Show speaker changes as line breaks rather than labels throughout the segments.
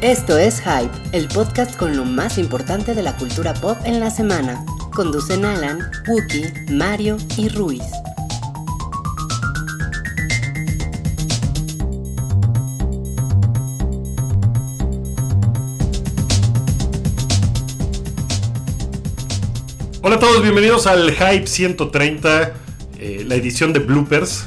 Esto es Hype, el podcast con lo más importante de la cultura pop en la semana. Conducen Alan, Wookie, Mario y Ruiz.
Hola a todos, bienvenidos al Hype 130, eh, la edición de bloopers.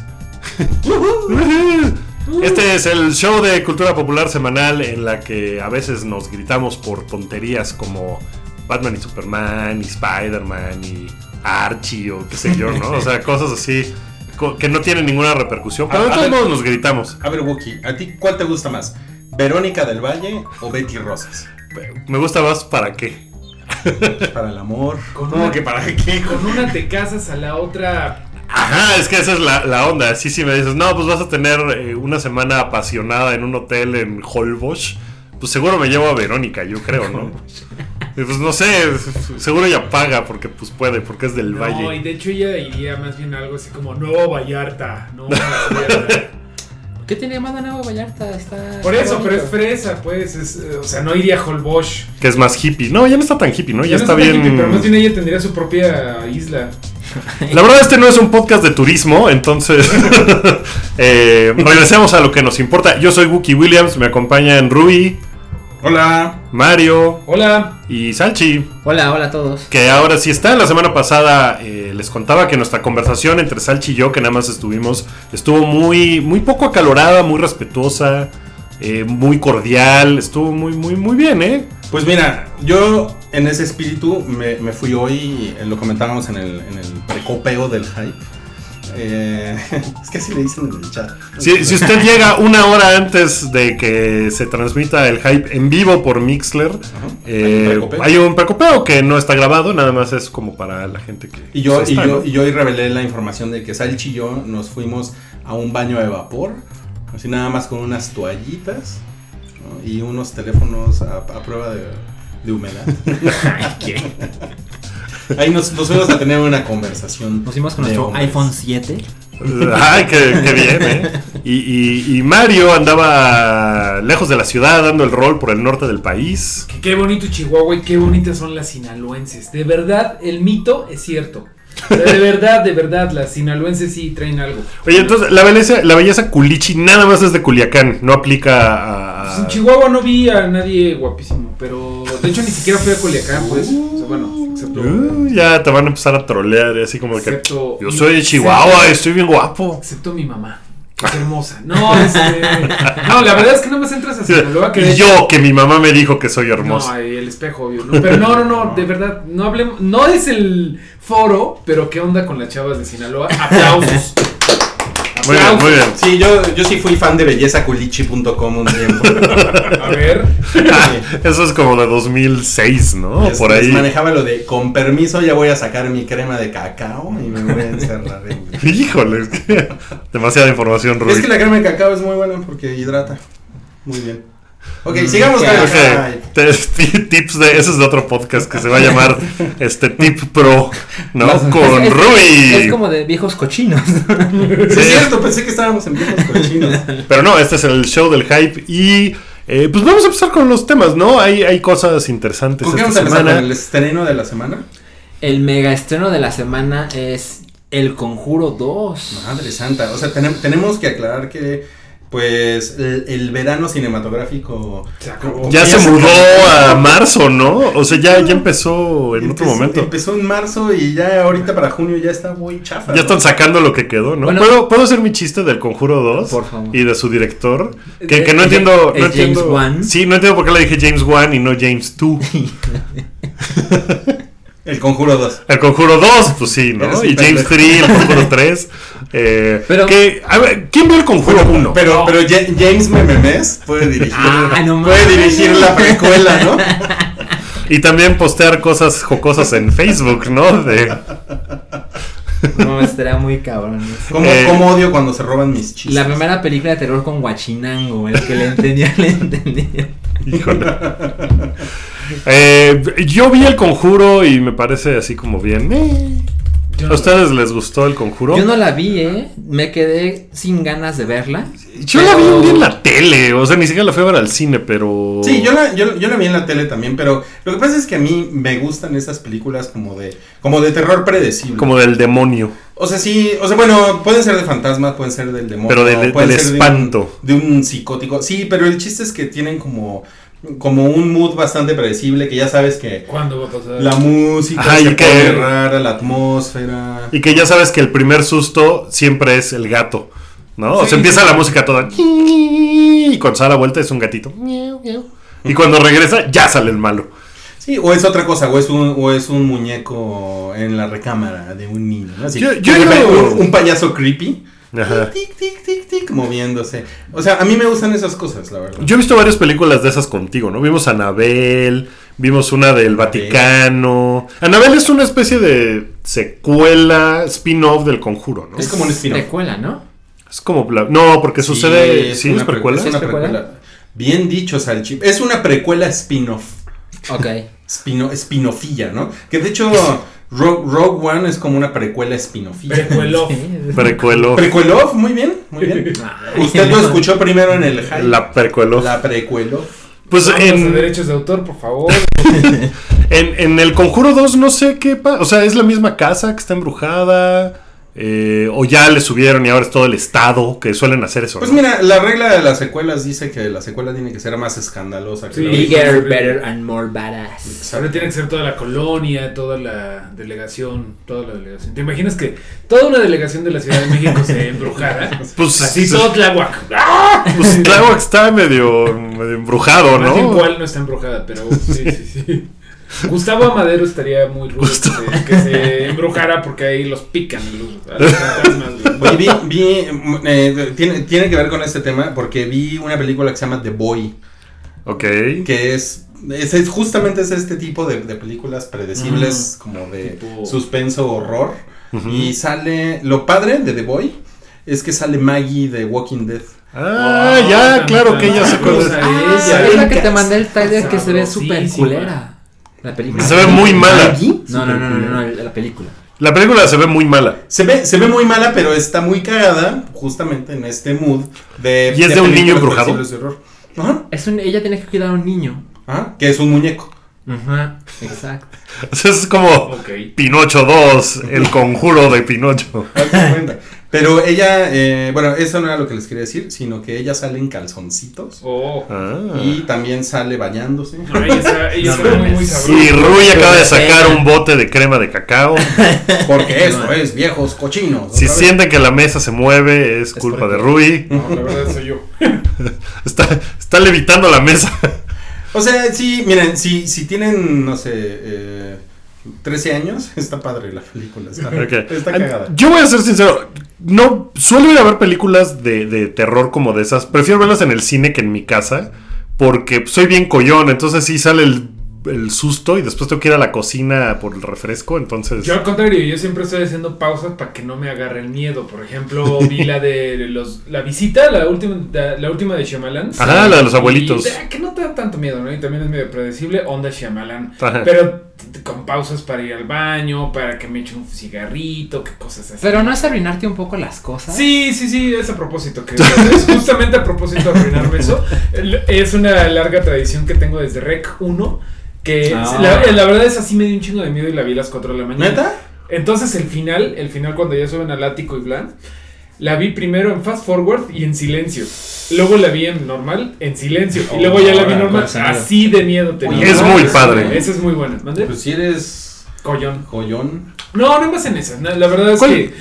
Este es el show de cultura popular semanal en la que a veces nos gritamos por tonterías como Batman y Superman y Spider-Man y Archie o qué sé yo, ¿no? O sea, cosas así co- que no tienen ninguna repercusión, pero
A-
de
Ah, a
todos
ver.
modos nos gritamos.
A ver, Wookie, ¿a ti cuál te gusta más? ¿Verónica del Valle o Betty Rosas?
Me gusta más para qué.
Para el amor.
Con
¿Cómo
una-
que para qué?
Con una te casas a la otra.
Ajá, es que esa es la, la onda. Sí, sí, me dices, no, pues vas a tener eh, una semana apasionada en un hotel en Holbox. Pues seguro me llevo a Verónica, yo creo, ¿no? Y Pues no sé, seguro ella paga porque pues puede, porque es del
No,
valle.
y de hecho ella diría más bien algo así como Nuevo Vallarta. No, Vallarta".
¿Qué tiene de malo Nuevo Vallarta? Está,
Por
está
eso,
bonito.
pero es fresa, pues. es, eh, o sea, no iría a Holbosh.
Que es más hippie. No, ya no está tan hippie, ¿no? Ya,
no
está,
tan
bien.
hippie, pero más bien ella tendría su propia isla.
La verdad, este no es un podcast de turismo, entonces. eh, regresemos a lo que nos importa. Yo soy Wookie Williams, me acompañan Rui,
Hola.
Mario
Hola.
y Salchi.
Hola, hola a todos.
Que ahora sí está. La semana pasada eh, les contaba que nuestra conversación entre Salchi y yo, que nada más estuvimos, estuvo muy, muy poco acalorada, muy respetuosa, eh, muy cordial. Estuvo muy, muy, muy bien, ¿eh?
Pues mira, yo en ese espíritu me, me fui hoy, eh, lo comentábamos en el, en el precopeo del hype. Eh, es que así le dicen en el chat.
Si, si usted llega una hora antes de que se transmita el hype en vivo por Mixler,
Ajá.
eh,
Hay un precopeo.
hay un precopeo que no está grabado, nada más es como para la gente que.
Y yo,
pues,
y,
está,
yo,
¿no?
y yo hoy revelé la información de que Salchi y yo nos fuimos a un baño de vapor, así nada más con unas toallitas ¿no? y unos teléfonos a, a prueba de, de humedad. Ahí nos, nos fuimos a tener una conversación.
Nos fuimos con
de
nuestro
hombres.
iPhone 7.
Ay, qué, qué bien, ¿eh? Y, y- y Mario andaba lejos de la ciudad dando el rol por el norte del país.
Que Qué bonito Chihuahua y qué bonitas son las sinaloenses. De verdad, el mito es cierto. O sea, de verdad, de verdad, las sinaloenses sí traen algo.
Oye, entonces la belleza, la belleza culichi nada más es de Culiacán, no aplica
Pues
a.
en Chihuahua no vi a nadie guapísimo, pero de hecho ni siquiera fui a Culiacán, pues. O sea, bueno, excepto.
Uh, ya te van a empezar a trolear, así como que.
Excepto-
Yo soy de Chihuahua,
excepto-
estoy bien guapo.
Excepto mi mamá. que Es hermosa. No, este, no, la verdad es que no más entras a Sinaloa que
Y
de
yo, que mi mamá me dijo que soy
No,
hermoso.
ay, el espejo, obvio. ¿no? Pero no, no, no, de verdad, no hablemos. No es el foro, pero ¿qué onda con las chavas de Sinaloa? Aplausos.
muy bien, Ah, muy bien.
Sí, yo, yo sí fui fan de bellezaculichi.com un tiempo.
A ver.
Sí.
Ah, Eso es como de 2006, ¿no?
Les-
Por
les
ahí.
manejaba lo de con permiso ya voy a sacar mi crema de cacao y me voy a encerrar en-
Híjole, es que- demasiada información, Rubí.
Es que la crema de cacao es muy buena porque hidrata. Muy bien. Ok, sigamos con el
Mm, Ok,
hype.
te- ti- tips de. Ese es de otro podcast que se va a llamar este Tip Pro, ¿no?
Más-
Con
es- es- Es
Rubí.
como de viejos cochinos.
Sí, Es
Sí.
cierto, pensé que estábamos en viejos cochinos.
Pero no, este es el show del hype y. eh, pues vamos a empezar con los temas, ¿no? Hay, hay cosas interesantes
¿Con qué
esta
vamos a empezar?
semana.
¿Con el estreno de la semana?
El mega estreno de la semana es El Conjuro 2.
Madre santa. O sea, tenem- tenemos que aclarar que, pues, el, el verano cinematográfico.
Se acabó.
Ya se
se
mudó
acabó.
a marzo, ¿no? O sea, ya, ya empezó en otro
Empezó-
momento.
Empezó en marzo y ya ahorita para junio ya está muy chafa.
Ya
¿no?
están sacando lo que quedó, ¿no?
Bueno.
¿Puedo, ¿Puedo hacer mi chiste del Conjuro 2?
Por favor.
Y de su director. Que,
Es-
que no
es-
entiendo.
es
no
James
entiendo-
Wan.
Sí, no entiendo por qué le dije James Wan y no James 2.
El conjuro 2.
El Conjuro 2, pues sí, ¿no?
Eres un
Y James
pendejo.
3, el Conjuro 3. Eh,
Pero-
que- a ver, ¿quién vio el Conjuro 1?
Pero, pero Ja- James Mememes puede dirigir,
Ah, no
puede
mames.
dirigir la precuela, ¿no?
Y también postear cosas jocosas en Facebook, ¿no? De,
No, estará muy cabrón.
¿Cómo,
Eh,
cómo odio cuando se roban mis chistes?
La primera película de terror con Guachinango. El que le entendió, le entendió.
Híjole. Eh, yo vi el conjuro y me parece así como bien. eh.
Yo
¿A
no-
ustedes les gustó el conjuro?
Yo no la vi, ¿eh? Me quedé sin ganas de verla.
Yo la vi
pero-
un día en la tele, o sea, ni siquiera la fui a ver al cine, pero.
Sí, yo la, yo, yo la vi en la tele también, pero lo que pasa es que a mí me gustan esas películas como de como de terror predecible.
Como del demonio.
O sea, sí, o sea, bueno, pueden ser de fantasmas, pueden ser del demonio,
Pero del-
pueden
del
ser de un-
espanto.
de un, psicótico. Sí, pero el chiste es que tienen como como un mood bastante predecible que ya sabes que
¿Cuándo va a pasar?
la música
Ajá,
se
y que-
pone rara, la atmósfera.
Y que ya sabes que el primer susto siempre es el gato, ¿no? o
Sí,
sea, empieza
sí.
la música toda. Y cuando sale a la vuelta es un gatito. Y cuando regresa, ya sale el malo.
Sí, o es otra cosa, o es un, o es un muñeco en la recámara de un niño. ¿no? Así,
Yo- yo
un-
creo-
un, un payaso creepy.
Ajá.
Tic, tic, tic, tic, moviéndose. O sea, a mí me gustan esas cosas, la verdad.
Yo he visto varias películas de esas contigo, ¿no? Vimos Anabel, vimos una del Vaticano. Anabel es una especie de secuela, spin-off del conjuro, ¿no?
Es como un spin-off.
Secuela, ¿no?
Es como. la- No, porque sucede. Sí, es
una pre-
precuela.
Es una
¿Precuela?
precuela. Bien dicho, Salchi. Es una precuela spin-off.
Ok.
Spino, spinofilla, ¿no? Que de hecho, Ro- Rogue, One es como una precuela spinofilla.
Precuelo.
Precuelo.
Precuelof, muy bien, muy bien. Usted lo escuchó primero en el hype.
La precuelo.
La precuelo.
Pues
Vamos a
en,
derechos de autor, por favor.
en, en el Conjuro 2 no sé qué pasa. O sea, es la misma casa que está embrujada. eh, o ya le subieron y ahora es todo el estado que suelen hacer eso.
Pues
¿no?
mira, la regla de las secuelas dice que la secuela tiene que ser más escandalosa. que
Sí.
la original.
Bigger, better and more badass.
Ahora tiene que ser toda la colonia, toda la delegación, toda la delegación. ¿Te imaginas que toda una delegación de la Ciudad de México se embrujara?
Pues,
Así todo Tláhuac. ¡Ah!
pues claro que está medio, medio embrujado,
Más bien
¿no?
cuál no está embrujada, pero sí, sí, sí. Gustavo Amadero estaría muy rudo que
Gustavo.
se, que se embrujara porque ahí los pican los, a los fantasmas, güey.
Oye, vi, vi, mm, eh, tiene, tiene que ver con este tema porque vi una película que se llama The Boy,
Ok.
que es, es, es- justamente es este tipo de, de películas predecibles, como de
Mm. Tipo-
suspenso, horror.
Ujú.
Y sale, lo padre de The Boy es que sale Maggie de Walking Dead.
Ah,
Oh,
ya,
tan,
claro
tan,
que ya se
tan,
acuerda.
tan,
Ah,
ella.
es la que
Brincas.
te mandé el trailer que se ve
Sabrosísima.
súper culera. La película.
Se ve muy mala.
¿Maggie?
No, no, no, no, no, no, la película.
La película se ve muy mala.
Se ve, se ve muy mala, pero está muy cagada justamente en este mood de...
¿Y es de un niño
películas
embrujado?
predecibles de horror. Ajá,
Es un, ella tiene que cuidar a un niño.
ajá, que es un muñeco.
Ajá, exacto.
O sea, es como
Ok.
Pinocho 2, el conjuro de Pinocho.
Haz de cuenta. Pero ella, eh, bueno, eso no era lo que les quería decir, sino que ella sale en calzoncitos
Oh.
Ah.
y también sale bañándose.
No, ella está, ella
No
está muy,
mames.
muy
Y
sabrosa.
Rui acaba de sacar un bote de crema de cacao.
Porque esto es viejos cochinos.
Si
otra vez.
sienten que la mesa se mueve, es culpa de Rui.
No, la verdad soy yo.
Está, está levitando la mesa.
O sea, sí, miren, si, si tienen, no sé, eh, 13 años, está padre la película. Está,
Ok.
está cagada.
Yo voy a ser sincero. No, suelo ir a ver películas de, de terror como de esas. Prefiero verlas en el cine que en mi casa. Porque soy bien collón. Entonces sí sale el, el susto y después tengo que ir a la cocina por el refresco. Entonces...
Yo al contrario, yo siempre estoy haciendo pausas para que no me agarre el miedo. Por ejemplo, vi la de los la visita, la última la, la última de Shyamalan.
Ajá, la de los
Y-
abuelitos.
ah, que no te da tanto miedo, ¿no? Y también es medio predecible, onda Shyamalan.
Ajá.
Pero t- con pausas para ir al baño, para que me eche un cigarrito, que cosas así.
Pero no es arruinarte un poco las cosas.
Sí, sí, sí, es a propósito. Que es justamente a propósito de arruinarme eso. El- Es una larga tradición que tengo desde Rec 1. Que
Ah.
es- la, la verdad es así, me dio un chingo de miedo y la vi a las 4 de la mañana.
¿Neta?
Entonces el final, el final cuando ya suben al ático y Blan, la vi primero en fast forward y en silencio. Luego la vi en normal, en silencio. y luego ya la vi
Ahora,
normal,
con sangre.
así de miedo tenía.
Es
No,
muy
esa-
padre.
Esa es muy buena. ¿Mande?
Pues si eres
Collón.
joyón.
No, no más en esas. no, la verdad es
¿Cuál?
que.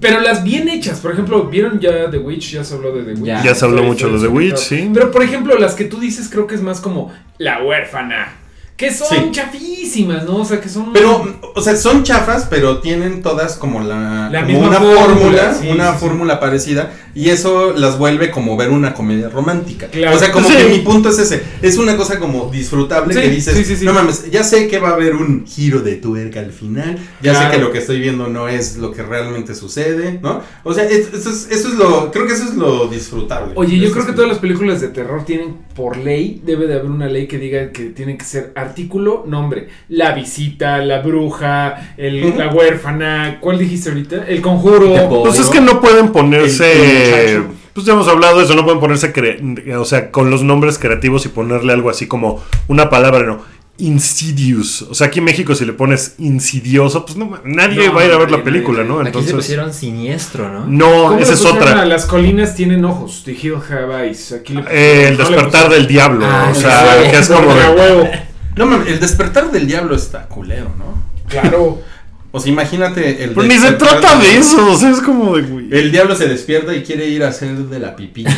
Pero las bien hechas, por ejemplo, ¿vieron ya The Witch? Ya se habló de The Witch.
Ya.
Ya se habló
Estoy-
mucho
estoy
de The Witch,
desconectado.
sí.
Pero por ejemplo, las que tú dices, creo que es más como La huérfana. Que son
Sí.
chafísimas, ¿no? O sea, que son.
Pero, o sea, son chafas, pero tienen todas como la,
La
como
misma
una
fórmula,
fórmula,
sí,
una
sí, sí.
fórmula parecida, y eso las vuelve como ver una comedia romántica.
Claro.
O sea, como
Sí.
que mi punto es ese, es una cosa como disfrutable
Sí,
que dices,
sí, sí, sí.
no mames, ya sé que va a haber un giro de tuerca al final, ya
Claro.
sé que lo que estoy viendo no es lo que realmente sucede, ¿no? O sea, es- eso es, eso es lo, creo que eso es lo disfrutable.
Oye, yo
Eso
creo
es
que
lo-
todas las películas de terror tienen por ley, debe de haber una ley que diga que tienen que ser a artículo, nombre. La visita, la bruja, el- la huérfana. ¿Cuál dijiste ahorita? El conjuro.
Pues es que no pueden ponerse. Pues ya hemos hablado de eso, no pueden ponerse, cre- o sea, con los nombres creativos y ponerle algo así como una palabra, no. Insidious. O sea, aquí en México, si le pones insidioso, pues no ma- nadie
No,
va a ir a ver
nadie,
la película,
nadie.
¿no?
Aquí se
Entonces.
pusieron siniestro, ¿no?
No,
¿Cómo
esa
le
es
pusieron a
otra.
las colinas tienen ojos. De Hill Havice. Aquí le
Eh, el
no le
despertar del diablo.
Ah,
o
sí,
sea,
sí.
que es
pusieron-
como.
Dorme a
de-
huevo.
No mames, el despertar del diablo está culero, ¿no?
Claro.
O sea, imagínate el.
Pero Pues ni se
despertar
trata
del-
de eso, o sea, es como de. güey.
El diablo se despierta y quiere ir a hacer de la pipí, ¿no?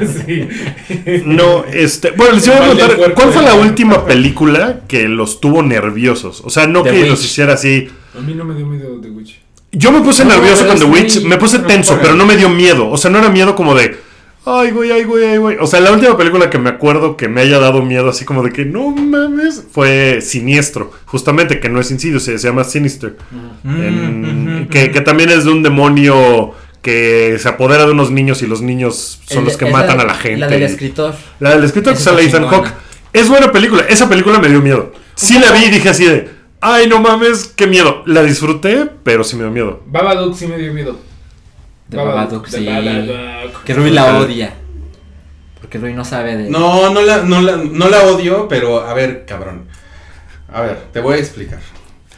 sí.
No, este. Bueno, les iba a
Vale,
preguntar,
fuerte.
¿cuál fue la última película que los tuvo nerviosos? O sea, no
The
que los
Witch.
hiciera así.
A mí no me dio miedo The Witch.
Yo me puse
No,
nervioso con
es
The
muy-
Witch, me puse
no,
tenso,
para.
pero no me dio miedo. O sea, no era miedo como de. Ay, güey, ay, güey, ay, güey. O sea, la última película que me acuerdo que me haya dado miedo, así como de que no mames, fue Siniestro. Justamente, que no es Insidio, se, se llama Sinister. En-
Mm,
que, que también es de un demonio que se apodera de unos niños y los niños son
El-
los que
es
matan
la-
a la gente.
La del
y-
escritor.
la del escritor que
Esa
sale
está
Ethan Hawke.
chingona.
Es buena película. Esa película me dio miedo. Sí la vi y dije así de. Ay, no mames, qué miedo. La disfruté, pero sí me dio miedo.
Babadook sí me dio miedo.
De Babadook,
de
sí.
Babadook.
Que Rui la odia. Porque Rui no sabe de.
No, no la, no, la, no la odio, pero a ver, cabrón. A ver, te voy a explicar.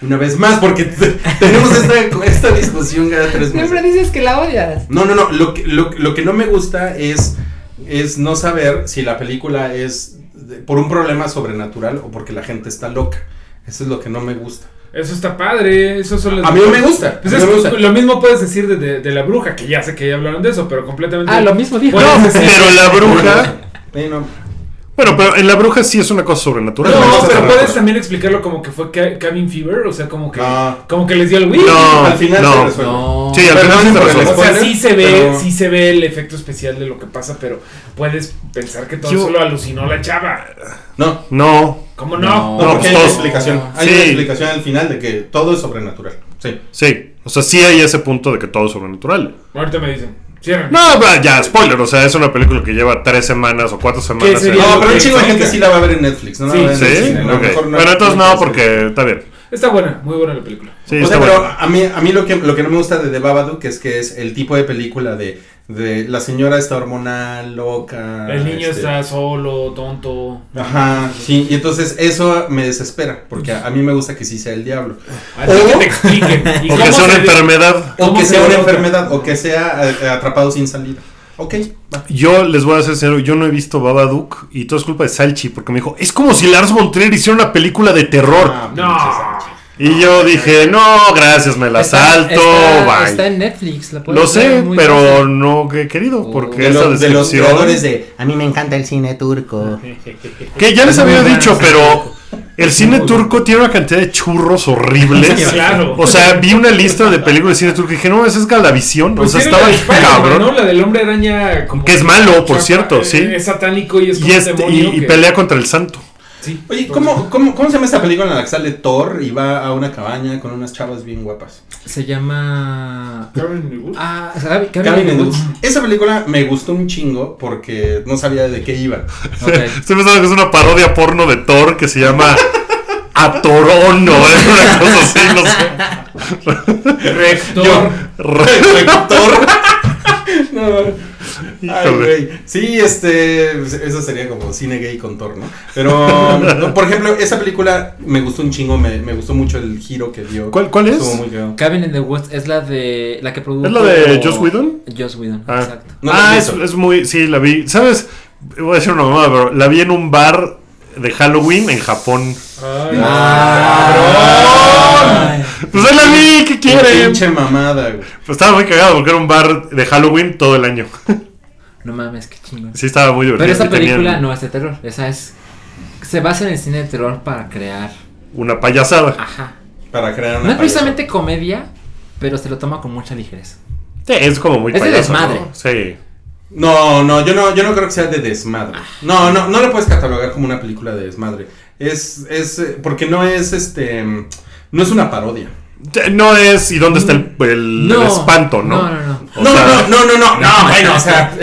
Una vez más, porque te- tenemos esta, esta discusión cada tres meses.
dices que la odias.
No, no, no. Lo que, lo, lo que no me gusta es, es no saber si la película es de- por un problema sobrenatural o porque la gente está loca. Eso es lo que no me gusta.
Eso está padre, eso solo es-
A mí no me gusta,
Pues
a mí
es-
no me gusta.
Lo mismo puedes decir de, de- de la bruja, que ya sé que ya hablaron de eso, pero completamente.
Ah, lo mismo dijo.
Puedes
No,
decir-
pero la bruja.
Bueno,
Bueno, pero en la bruja sí es una cosa sobrenatural.
No,
Una cosa
pero
sobrenatural.
puedes también explicarlo como que fue ca- cabin fever, o sea, como que
No.
como que les dio el Wii.
No,
al final se
no.
resuelve.
No.
Sí, al
Perdón
final sí te
por el
O
resuelve.
sea,
spoiler,
sí se ve,
pero-
sí se ve el efecto especial de lo que pasa, pero puedes pensar que todo
Yo-
solo alucinó la chava.
No,
No,
¿Cómo no?
No.
no, porque hay una
pues,
explicación. Hay
sí.
una explicación al final de que todo es sobrenatural. Sí.
sí. O sea, sí hay ese punto de que todo es sobrenatural.
Ahorita me dicen. Cierran.
No, pero ya, spoiler. O sea, es una película que lleva tres semanas o cuatro semanas. en-
sería?
No, pero un chingo de
Sí.
gente sí la va a ver en Netflix, ¿no? la
Sí.
va a ver en el
Sí,
cine, a lo
ok.
mejor
Bueno, entonces no,
tienes que-
porque está bien.
Está buena, muy buena la película.
Sí,
o
está
sea,
bueno.
pero a mí, a mí lo, que, lo que no me gusta de The Babadook es que es el tipo de película de, de la señora está hormonal, loca.
El niño
este,
está solo, tonto.
Ajá, sí, y entonces eso me desespera, porque a, a mí me gusta que sí sea el diablo.
Así que te expliquen. ¿Y
O
cómo
que sea una
se-
enfermedad.
O
¿Cómo
que
se
sea una
logra?
enfermedad, o que sea eh, atrapado sin salida. Ok, va.
Yo les voy a ser sincero, yo no he visto Babadook y todo es culpa de Salchi porque me dijo, es como si Lars von Trier hiciera una película de terror.
Ah,
No.
y yo dije, no, gracias, me la salto,
Está,
bye.
está en Netflix. La puedes
Lo sé,
ver muy
pero
fácil.
no he querido porque
De,
esa
lo- de los
descripción...
creadores de.
A mí me encanta el cine turco.
Que ya les había
Muy
dicho,
buenas.
pero el cine turco tiene una cantidad de churros horribles.
Claro.
O sea, vi una lista de películas de cine turco y dije, no, esa es Galavisión.
Pues
o sea,
tiene
estaba
la de Spider-Man,
cabrón.
¿no? La del hombre araña. como-
Que es malo, por cierto,
eh,
sí.
Es satánico y es como
Y, es-
un
y-
demonio.
y
que-
pelea contra el santo.
Sí.
Oye, ¿cómo, cómo, ¿cómo se llama esta película en la que sale Thor y va a una cabaña con unas chavas bien guapas?
Se llama.
Carmen Newwood.
Ah, Gabi- Gabi-
Cabin in the Woods. Esa película me gustó un chingo porque no sabía de qué iba.
Ok.
Estoy pensando que es una parodia porno de Thor que se llama Atorono. Es ¿eh? una cosa así, no sé. Ah,
Rector.
Yo-
Re-
Thor. No. Ay,
Híjole.
güey. Sí, este. Eso sería como cine gay con Thor, ¿no? Pero, no, por ejemplo, esa película me gustó un chingo. Me, me gustó mucho el giro que dio.
¿Cuál- cuál es?
Estuvo muy feo.
Cabin in the Woods es la de. La que produjo.
¿Es la de Joss Whedon?
Joss Whedon,
Ah.
exacto.
No la
ah,
he
es,
visto.
es muy. Sí, la vi. ¿Sabes? Voy a decir una mamada, pero la vi en un bar de Halloween en Japón.
Ay,
Ah,
Pues ahí la vi, ¿qué quieren?
Pinche mamada, güey.
Pues estaba muy cagado porque era un bar de Halloween todo el año.
No mames, qué chingón.
Sí, estaba muy divertido.
Pero esa
y tenían
película no es de terror, esa es. Se basa en el cine de terror para crear.
Una payasada.
Ajá.
Para crear una.
No es
payaso.
precisamente comedia, pero se lo toma con mucha ligereza.
Sí, es como muy
Es de
payaso,
desmadre.
¿no? Sí.
No, no, yo no, yo no creo que sea de desmadre. No, no, no la puedes catalogar como una película de desmadre. Es, es, eh, porque no es este, mm, no es una parodia.
Te- No es. ¿Y dónde está el, el- el espanto, no?
No, no, no.
O
no,
sea,
no, no, no, no, no, bueno, o sea,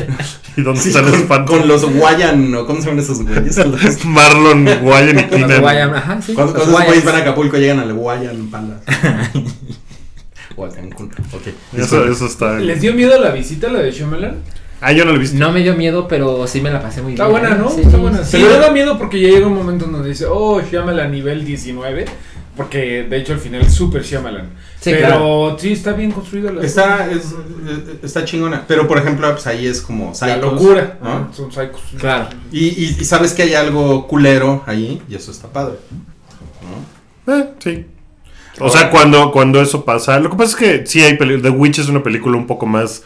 ¿Y dónde
Sí,
están los
con,
espantos?
con los Guayan, ¿no? ¿Cómo se llaman esos güeyes? Los-
Marlon, Guayan y
Los
Keenan.
Guayam, ajá, sí.
Cuando,
los
cuando esos güeyes van a
Guayams.
Acapulco llegan al Guayan Palace. o a Cancún. Ok.
Eso, eso está.
¿Les dio miedo la visita, la de Shyamalan?
Ah, yo no lo he visto.
No me dio miedo, pero sí me la pasé muy
Está
bien.
buena, ¿no?
Sí,
Está buena.
sí.
Sí, me da miedo porque ya llega un momento en donde dice, oh, Shyamalan nivel 19. Porque de hecho al final es súper Shyamalan.
Sí,
Pero
claro.
sí está bien construido la,
Está, es- está chingona. Pero por ejemplo, pues ahí es como
la
psychos,
locura.
¿no?
Son psychos.
Claro.
Y, y- y sabes que hay algo culero ahí, y eso está padre. ¿no?
Eh, sí. O sea,
Oh.
cuando, cuando eso pasa. Lo que pasa es que sí hay peli- The Witch es una película un poco más.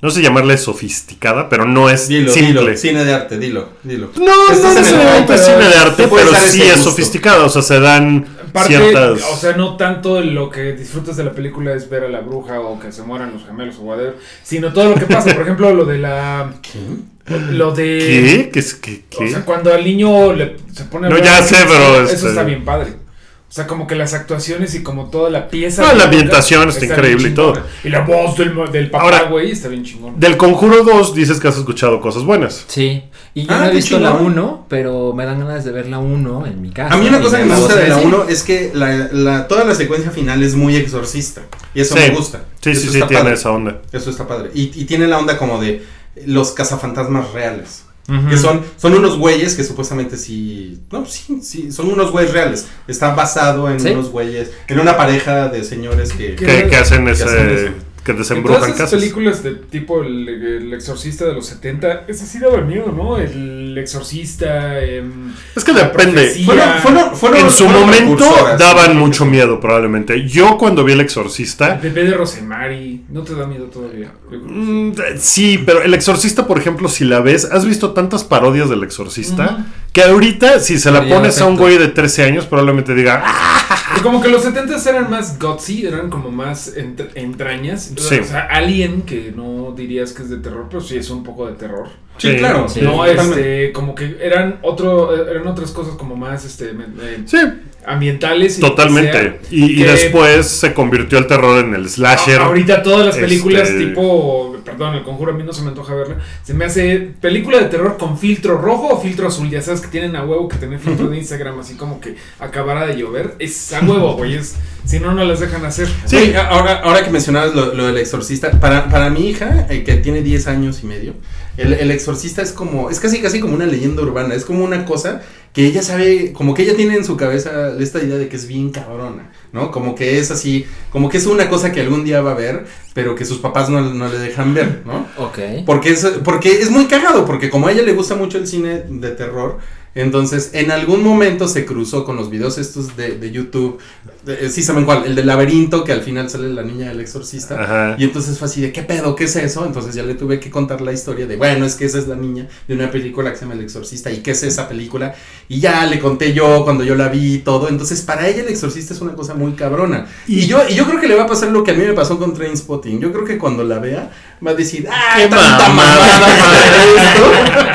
No sé llamarle sofisticada, pero no es
Dilo,
simple.
dilo, cine de arte, dilo, dilo.
No, no
Estás en el
necesariamente
hype,
es cine de
te
arte,
puedes
pero
dar
sí
ese
es
gusto.
sofisticada. O sea, se dan
Aparte,
ciertas.
o sea, no tanto lo que disfrutas de la película es ver a la bruja o que se mueran los gemelos o whatever, sino todo lo que pasa. Por ejemplo, lo de la. Lo de.
¿Qué? ¿Qué? es- qué-
O
qué?
sea, cuando al niño le, se pone. a
No,
ver-
ya sé, pero,
Eso
este-
está bien padre. O sea, como que las actuaciones y como toda la pieza.
No,
de
la
bruja
ambientación está
bien
increíble y todo.
chingona. Y la voz del, del papá,
Ahora-
güey, está bien chingón.
Del Conjuro 2 dices que has escuchado cosas buenas.
Sí. Y yo
Ah,
no he
qué
visto la
chingón.
1, pero me dan ganas de ver la 1 en mi casa.
A mí una
Y
cosa que me
voy a
gusta de la
decir,
1 es que la, la- toda la secuencia final es muy exorcista. Y eso
Sí.
me gusta.
Sí,
Eso
sí, sí,
está
tiene
padre.
esa onda.
Eso está padre. Y, y tiene la onda como de los cazafantasmas reales.
Ujú.
Que son, son unos güeyes que supuestamente sí. No, sí, sí. Son unos güeyes reales. Está basado en
Sí.
unos güeyes. En una pareja de señores que.
¿Qué?
Que, que hacen
que
ese.
hacen eso.
Que
En todas
desembrujan
esas
casas.
películas de tipo el, El exorcista de los 70, ese sí daba miedo, ¿no? El exorcista. em,
Es que
La
depende.
profecía.
Fueron, fueron, fueron-
en su
fueron
momento
precursoras.
daban mucho miedo, probablemente. Yo cuando vi El Exorcista,
Bebé de Rosemary, no te da miedo todavía. Yo creo que sí.
mm, sí, pero El Exorcista, por ejemplo, si la ves, has visto tantas parodias del Exorcista
Ujú.
que ahorita, si se la
Haría
pones a un
efecto.
güey de 13 años, probablemente diga, "Ah".
Y como que los 70 eran más gutsy, eran como más entr- entrañas.
Sí.
O sea, Alien, que no dirías que es de terror, pero sí es un poco de terror.
Sí,
Sí,
claro.
sí.
no,
totalmente.
este, como que eran otro, eh, eran otras cosas como más este me- eh,
sí,
ambientales. y lo que sea.
totalmente. Y, y
que-
después se convirtió el terror en el slasher.
A- Ahorita todas las películas
Este-
tipo, perdón, el conjuro a mí no se me antoja verla. Se me hace película de terror con filtro rojo o filtro azul. Ya sabes que tienen a huevo que tener filtro de Instagram así como que acabara de llover. Es a huevo, güey. Es, si no, no las dejan hacer.
Sí.
Güey, a- ahora, ahora que mencionabas lo, lo del exorcista, para, para mi hija, eh, que tiene 10 años y medio, el, el exorcista es como, es casi casi como una leyenda urbana, es como una cosa que ella sabe, como que ella tiene en su cabeza esta idea de que es bien cabrona, ¿no? Como que es así, como que es una cosa que algún día va a ver, pero que sus papás no, no le dejan ver, ¿no?
Ok.
Porque es, porque es muy cagado, porque como a ella le gusta mucho el cine de terror, entonces en algún momento se cruzó con los videos estos de, de YouTube, de- eh, sí saben cuál, el del laberinto que al final sale la niña del exorcista.
Ajá.
Y entonces fue así de, ¿qué pedo? ¿Qué es eso? Entonces ya le tuve que contar la historia de, bueno, es que esa es la niña de una película que se llama El Exorcista y qué es esa película. Y ya le conté yo cuando yo la vi y todo. Entonces para ella El Exorcista es una cosa muy cabrona. Y yo, y yo creo que le va a pasar lo que a mí me pasó con Trainspotting. Yo creo que cuando la vea va a decir, ¡ah,
¡Qué
tanta
mamada!
mamada para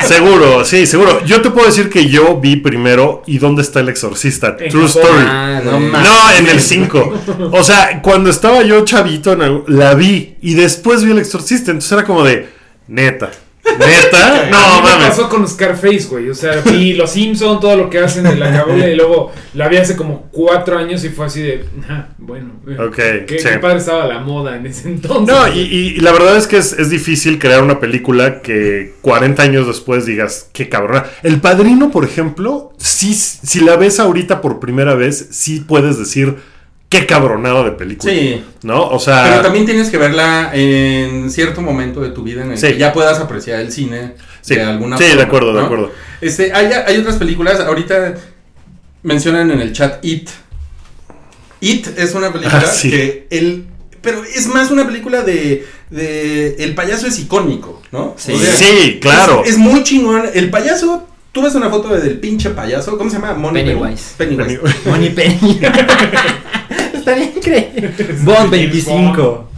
esto!
Seguro, sí, seguro. Yo te puedo decir que yo vi primero ¿Y dónde está el exorcista?
En
True
Japón.
Story.
Madre.
No mames.
No, en el 5. O sea, cuando estaba yo chavito, en algún- la vi y después vi el exorcista. Entonces era como de, neta, neta.
A mí
No,
me
mames.
pasó con Scarface, güey. O sea, y los Simpson, todo lo que hacen de la cabeza. Y luego la vi hace como cuatro años y fue así de, "Ah, bueno. eh,
Ok,
Qué,
sí.
qué padre estaba la moda en ese entonces.
No, y, y- y la verdad es que es, es difícil crear una película que 40 años después digas, qué cabrona. El Padrino, por ejemplo, sí, si la ves ahorita por primera vez, sí puedes decir, qué cabronada de película.
Sí.
¿No? O sea...
Pero también tienes que verla en cierto momento de tu vida en el
Sí.
que ya puedas apreciar el cine
Sí.
de alguna
Sí, de
forma,
acuerdo, de
¿no?
acuerdo.
Este, hay, hay otras películas, ahorita mencionan en el chat It. It es una película
Ah, sí.
que el pero es más una película de, de el payaso es icónico, ¿no?
Sí.
Sí, claro.
Es, es muy chingón. El payaso, tú ves una foto del pinche payaso, ¿cómo se llama? Money
Pennywise.
Pennywise.
Money Penny. Está bien, cree. Bond 25.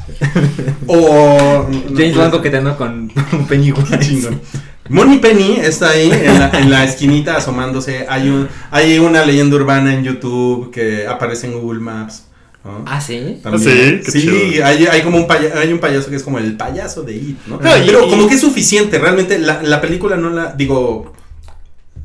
O
James Bond coqueteando con un Pennywise.
Chingón. Money Penny está ahí en la, en la esquinita asomándose. Hay, un, hay una leyenda urbana en YouTube que aparece en Google Maps. ¿no?
Ah, sí.
También.
Ah, sí, qué
sí,
chido.
hay, hay como un paya- hay un payaso que es como el payaso de It, ¿no?
No, Ah, y-
Pero
y-
como que es suficiente, realmente la, la película no la. Digo.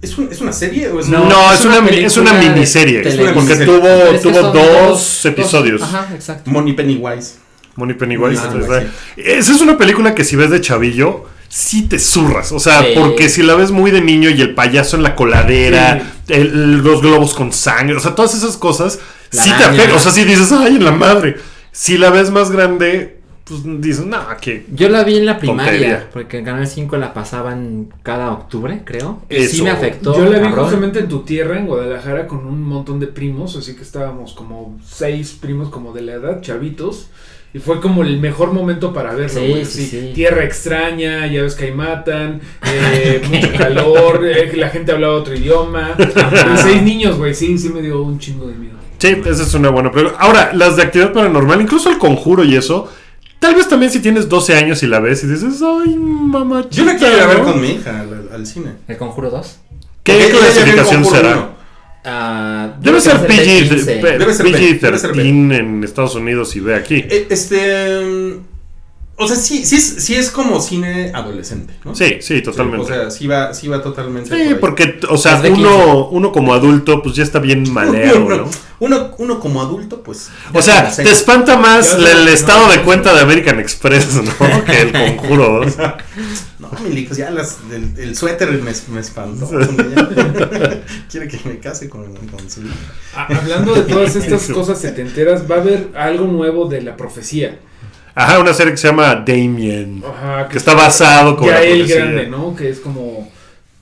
¿Es, un- es una serie o es
No,
un-
es, una, mi- es una
película de
miniserie.
televisión.
Porque
Pero
tuvo,
Pero es que
tuvo
son
dos episodios.
Ajá, exacto.
Money Pennywise?
Money Pennywise.
Ah,
entonces, eh,
güey, sí.
Esa es una película que si ves de chavillo, sí te zurras. O sea,
Sí.
porque si la ves muy de niño y el payaso en la coladera, el- los globos con sangre, o sea, todas esas cosas,
La
sí te
araña.
afectan. O sea, sí dices, ay, en la madre. Si la ves más grande, pues dices, no, que.
Yo la vi en la primaria,
Tontería.
porque en Canal 5 la pasaban cada octubre, creo. Y sí
Eso.
me afectó.
Yo la vi
cabrón.
justamente en tu tierra, en Guadalajara, con un montón de primos, así que estábamos como seis primos como de la edad, chavitos. Y fue como el mejor momento para verlo,
Sí,
güey,
sí,
así,
sí.
Tierra extraña, ya ves que ahí matan, eh, mucho calor, eh, la gente hablaba otro idioma. Pero seis niños, güey, sí, sí me dio un chingo de miedo.
Sí, esa es una buena película. Ahora, las de actividad paranormal, incluso el conjuro y eso. Tal vez también si tienes 12 años y la ves y dices, ay, mamá.
Yo la quiero ir a ver
¿no?
con mi hija al, al cine.
¿El Conjuro 2?
¿Qué
Porque ella ya vio el
clasificación
Conjuro
será?
uno.
Ah,
Debe ser
creo que va a
PG-13
ser
Debe ser B, debe ser B.
en Estados Unidos y ve aquí.
Eh, Este. mm, O sea, sí, sí, es, sí es como cine adolescente, ¿no?
Sí, sí, totalmente.
o sea, sí va, sí va totalmente. por
Sí,
ahí.
porque, o sea,
Es de
uno, uno como adulto, pues ya está bien maleado, ¿no?
Uno, uno como adulto, pues.
O sea,
Sí.
te espanta más
Ya
el,
sé,
el
no,
estado de
no,
cuenta de American Express, ¿no? Que el conjuro 2.
No, Milico, ya las, el, el suéter me, me espantó. hombre, ya. Quiere que me case con, con su hija.
Ah, hablando de todas estas cosas setenteras, va a haber algo nuevo de la profecía.
Ajá, una serie que se llama Damien.
Ajá,
Que está basado con
ya
la
el
profecía.
grande, ¿no? Que es como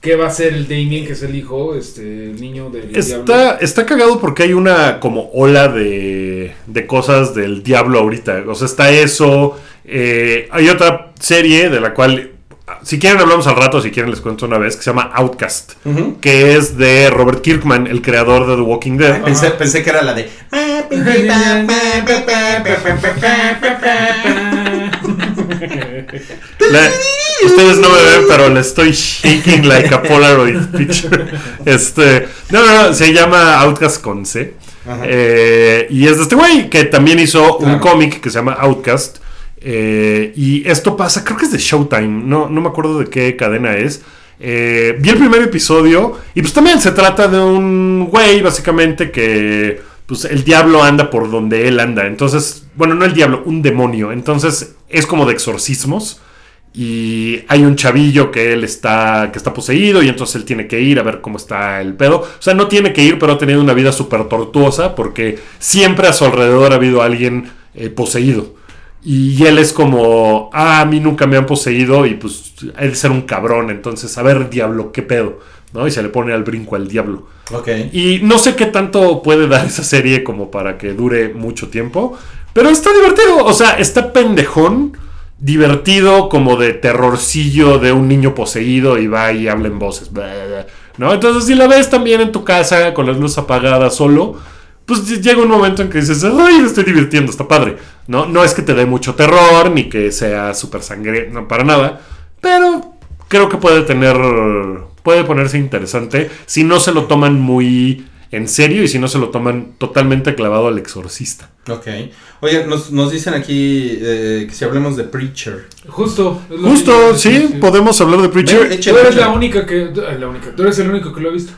¿qué va a ser el Damien que es el hijo, este el niño del
Está, está cagado porque hay una como ola de, de cosas del diablo ahorita. O sea, está eso. eh, hay otra serie de la cual, si quieren hablamos al rato, si quieren les cuento una vez, que se llama Outcast.
Ujú.
Que es de Robert Kirkman, el creador de The Walking Dead.
Pensé, pensé que era la de. "Ah,
La- ustedes no me ven, pero le estoy shaking like a Polaroid picture. Este, no, no, no, se llama Outcast con C.
Ajá.
Eh, y es de este güey que también hizo un
Claro.
cómic que se llama Outcast. Eh, y esto pasa, creo que es de Showtime, no, no me acuerdo de qué cadena es. Eh, vi el primer episodio y pues también se trata de un güey básicamente que pues el diablo anda por donde él anda. Entonces, bueno, no el diablo, un demonio. Entonces es como de exorcismos y hay un chavillo que él está que está poseído y entonces él tiene que ir a ver cómo está el pedo. O sea, no tiene que ir, pero ha tenido una vida súper tortuosa porque siempre a su alrededor ha habido alguien eh, poseído. Y él es como, ah, a mí nunca me han poseído y pues él ser un cabrón, entonces a ver, diablo, qué pedo, ¿no? Y se le pone al brinco al diablo.
Ok.
Y no sé qué tanto puede dar esa serie como para que dure mucho tiempo. Pero está divertido. O sea, está pendejón. Divertido como de terrorcillo de un niño poseído y va y habla en voces. bla, bla, bla, ¿No? Entonces, si la ves también en tu casa con las luces apagadas solo, pues llega un momento en que dices, ay, me estoy divirtiendo, está padre. No, no es que te dé mucho terror ni que sea súper sangre, no, para nada. Pero creo que puede tener. Puede ponerse interesante si no se lo toman muy en serio y si no se lo toman totalmente clavado al exorcista.
Ok. Oye, nos, nos dicen aquí eh, que si hablemos de Preacher.
Justo, es lo
Justo,
mismo.
sí, podemos hablar de
Ver,
Preacher.
Tú eres la única que la única, tú eres el único que lo ha visto.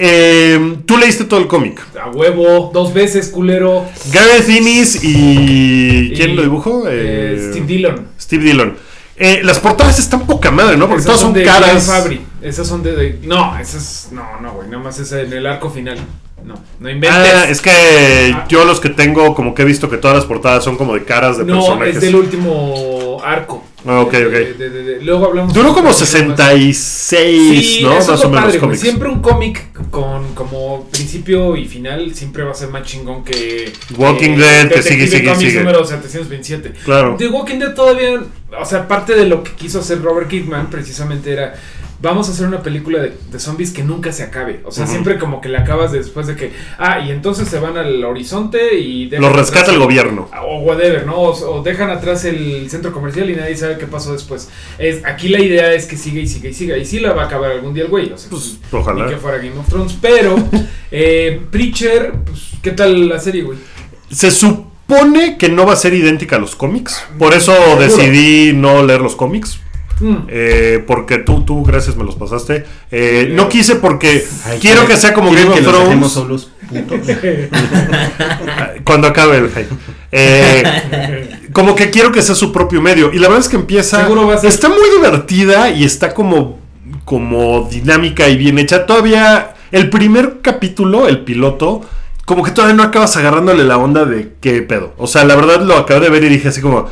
Eh, Tú leíste todo el cómic.
A huevo, dos veces culero.
Gareth Innes y.
Y,
¿Quién lo dibujó?
eh,
Eh,
Steve Dillon.
Steve Dillon. Eh, las portadas están poca madre, ¿no? Porque
Esas
todas son
de Gian
caras.
Fabry. Esas son de, de- No, esas. No, no, güey. Nada más esa en el arco final. No, no inventes.
Ah, es que
Ah.
yo los que tengo, como que he visto que todas las portadas son como de caras de
no,
personajes.
es del último arco.
Ah, ok,
De-
ok.
de- de- de- Luego hablamos.
Duró como
sesenta
66, ¿no? Más
eso es
o
lo
menos
padre, güey.
cómics.
Siempre un cómic con como principio y final siempre va a ser más chingón que
Walking Dead, que sigue,
Detective
sigue,
Comics
sigue.
número 727.
Claro.
The Walking Dead todavía, o sea, parte de lo que quiso hacer Robert Kirkman precisamente era vamos a hacer una película de, de zombies que nunca se acabe. O sea,
Ujú.
siempre como que la acabas después de que ah, y entonces se van al horizonte y dejan
Lo rescata
atrás-
el gobierno.
Ah, o whatever, ¿no? O, o dejan atrás el centro comercial y nadie sabe qué pasó después. Es, aquí la idea es que siga y siga y siga. Y sí la va a acabar algún día el güey. O sea,
Pues,
ni
ojalá.
que fuera Game of Thrones. Pero, eh, Preacher, pues, ¿qué tal la serie, güey?
Se supone que no va a ser idéntica a los cómics. Por eso decidí no leer los cómics.
Mm.
Eh, porque tú, tú, gracias, me los pasaste. Eh,
Sí.
no quise porque quiero que sea como Game
quiero
of
que los dejemos
Thrones
solos, putos.
Ah, cuando acabe el hype. Eh, como que quiero que sea su propio medio. Y la verdad es que empieza.
Seguro va a ser.
Está muy divertida y está como, como dinámica y bien hecha. Todavía el primer capítulo, el piloto, como que todavía no acabas agarrándole la onda de qué pedo. O sea, la verdad lo acabé de ver y dije así como.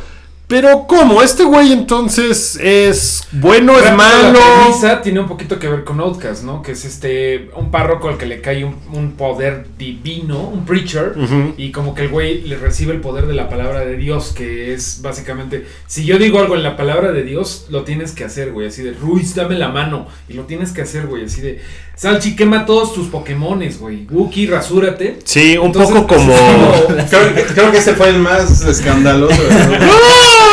Pero ¿cómo? Este güey entonces es bueno, es
Pero
malo.
La premisa tiene un poquito que ver con Outcast, ¿no? Que es este un párroco al que le cae un, un poder divino, un preacher,
Ujú.
y como que el güey le recibe el poder de la palabra de Dios, que es básicamente, si yo digo algo en la palabra de Dios, lo tienes que hacer, güey, así de, Ruiz, dame la mano, y lo tienes que hacer, güey, así de, Salchi, quema todos tus Pokémones, güey, Wookie, rasúrate.
Sí, un
Entonces,
poco como.
es
creo, creo que ese fue el más escandaloso. ¿no?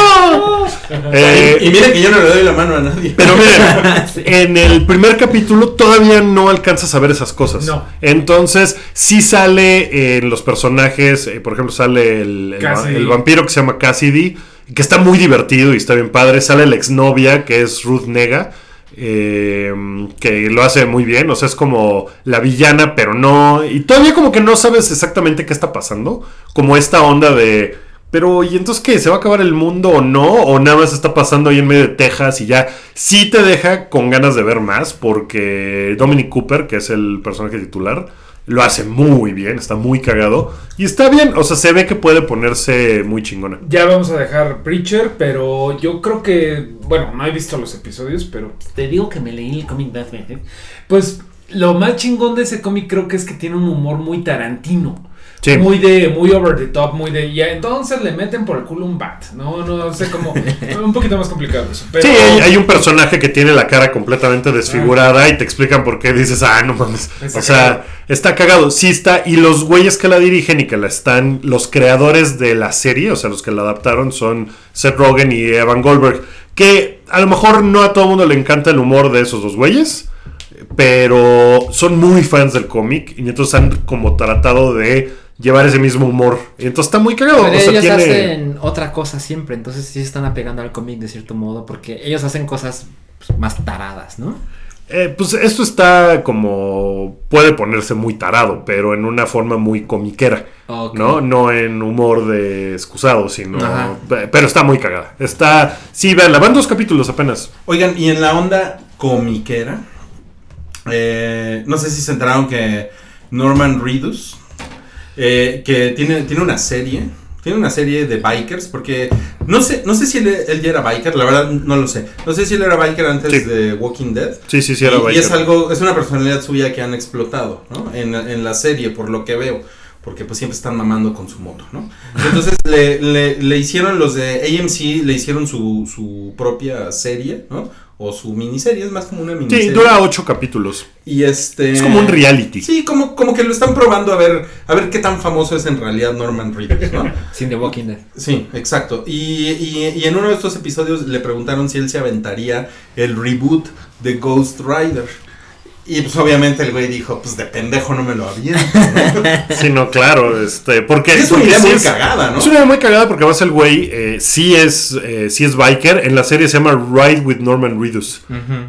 Eh,
y mira que yo no le doy la mano a nadie.
Pero miren, en el primer capítulo todavía no alcanzas a ver esas cosas.
No.
Entonces, sí sale eh, en los personajes, eh, por ejemplo, sale el, el va-
Cassidy.
el vampiro que se llama Cassidy, que está muy divertido y está bien padre. Sale la exnovia, que es Ruth Nega. eh, que lo hace muy bien, o sea, es como la villana, pero no. Y todavía como que no sabes exactamente qué está pasando. Como esta onda de. Pero, ¿y entonces qué? ¿Se va a acabar el mundo o no? ¿O nada más está pasando ahí en medio de Texas y ya? Sí te deja con ganas de ver más porque Dominic Cooper, que es el personaje titular, lo hace muy bien, está muy cagado. Y está bien, o sea, se ve que puede ponerse muy chingona.
Ya vamos a dejar Preacher, pero yo creo que, bueno, no he visto los episodios, pero
Te digo que me leí el cómic más veces.
Pues lo más chingón de ese cómic creo que es que tiene un humor muy tarantino.
Sí.
Muy de, muy over the top, muy de. Y entonces le meten por el culo un bat. No, no sé cómo. un poquito más complicado eso. Pero,
Sí, hay, hay un personaje que tiene la cara completamente desfigurada y te explican por qué dices, ah, no mames.
Está
o sea,
cagado.
está cagado. Sí está. Y los güeyes que la dirigen y que la están, los creadores de la serie, o sea, los que la adaptaron son Seth Rogen y Evan Goldberg. Que a lo mejor no a todo el mundo le encanta el humor de esos dos güeyes, pero son muy fans del cómic y entonces han como tratado de llevar ese mismo humor. Y entonces está muy cagado.
Pero
o sea,
ellos
tiene-
hacen otra cosa siempre, entonces sí se están apegando al cómic de cierto modo, porque ellos hacen cosas pues, más taradas, ¿no?
Eh, pues esto está como. puede ponerse muy tarado, pero en una forma muy comiquera.
Ok.
¿No? No en humor de excusado, sino.
Ajá.
pe- Pero está muy cagada. Está. Sí, vean, van dos capítulos apenas.
Oigan, y en la onda comiquera, eh, no sé si se enteraron que Norman Reedus, eh, que tiene, tiene una serie, tiene una serie de bikers, porque no sé, no sé si él, él ya era biker, la verdad no lo sé. No sé si él era biker antes
Sí.
de Walking Dead.
Sí, sí, sí, era
y, y
Biker.
es algo, es una personalidad suya que han explotado, ¿no? En, en la serie, por lo que veo. Porque pues siempre están mamando con su moto, ¿no? Entonces le, le- le hicieron los de AMC, le hicieron su, su propia serie, ¿no? O su miniserie, es más como una
Sí,
miniserie.
dura ocho capítulos.
Y este.
Es como un reality.
Sí, como, como que lo están probando a ver, a ver qué tan famoso es en realidad Norman Reedus, ¿no?
Sin The Walking Dead.
Sí, exacto. Y, y- y en uno de estos episodios le preguntaron si él se aventaría el reboot de Ghost Rider. Y pues obviamente el güey dijo, pues de pendejo no me lo aviento.
Sí, no, claro, este, porque
Es una
porque
idea
sí
muy cagada, ¿no?
Es una idea muy cagada porque vas el güey, eh, sí es, eh, sí es biker, en la serie se llama Ride with Norman Reedus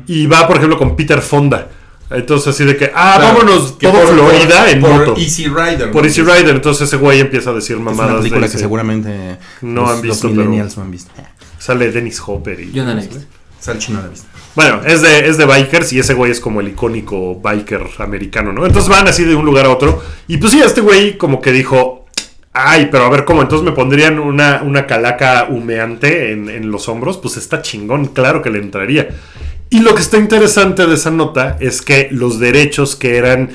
y va, por ejemplo, con Peter Fonda. Entonces así de que, ah,
Claro,
vámonos
que
todo
por-
Florida
por-
en
por
moto.
Easy Rider.
por
¿no?
Easy Rider, entonces ese güey empieza a decir
Es
mamadas.
una película
de-
que seguramente
no
los-
han visto,
los
pero-
millennials no han visto.
Sale Dennis Hopper y...
Yo no la he visto.
Salchi no la ha visto.
Bueno, es de, es de bikers y ese güey es como el icónico biker americano, ¿no? Entonces van así de un lugar a otro. Y pues sí, este güey como que dijo, ay, pero a ver cómo, entonces me pondrían una, una calaca humeante en, en los hombros, pues está chingón, claro que le entraría. Y lo que está interesante de esa nota es que los derechos que eran,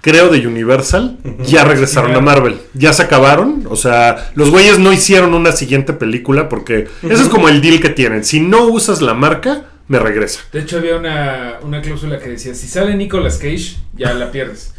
creo, de Universal, ya regresaron a Marvel. Ya se acabaron. O sea, los güeyes no hicieron una siguiente película porque ese es como el deal que tienen. Si no usas la marca, me regresa.
de hecho, había una, una cláusula que decía: si sale Nicolas Cage, ya la pierdes.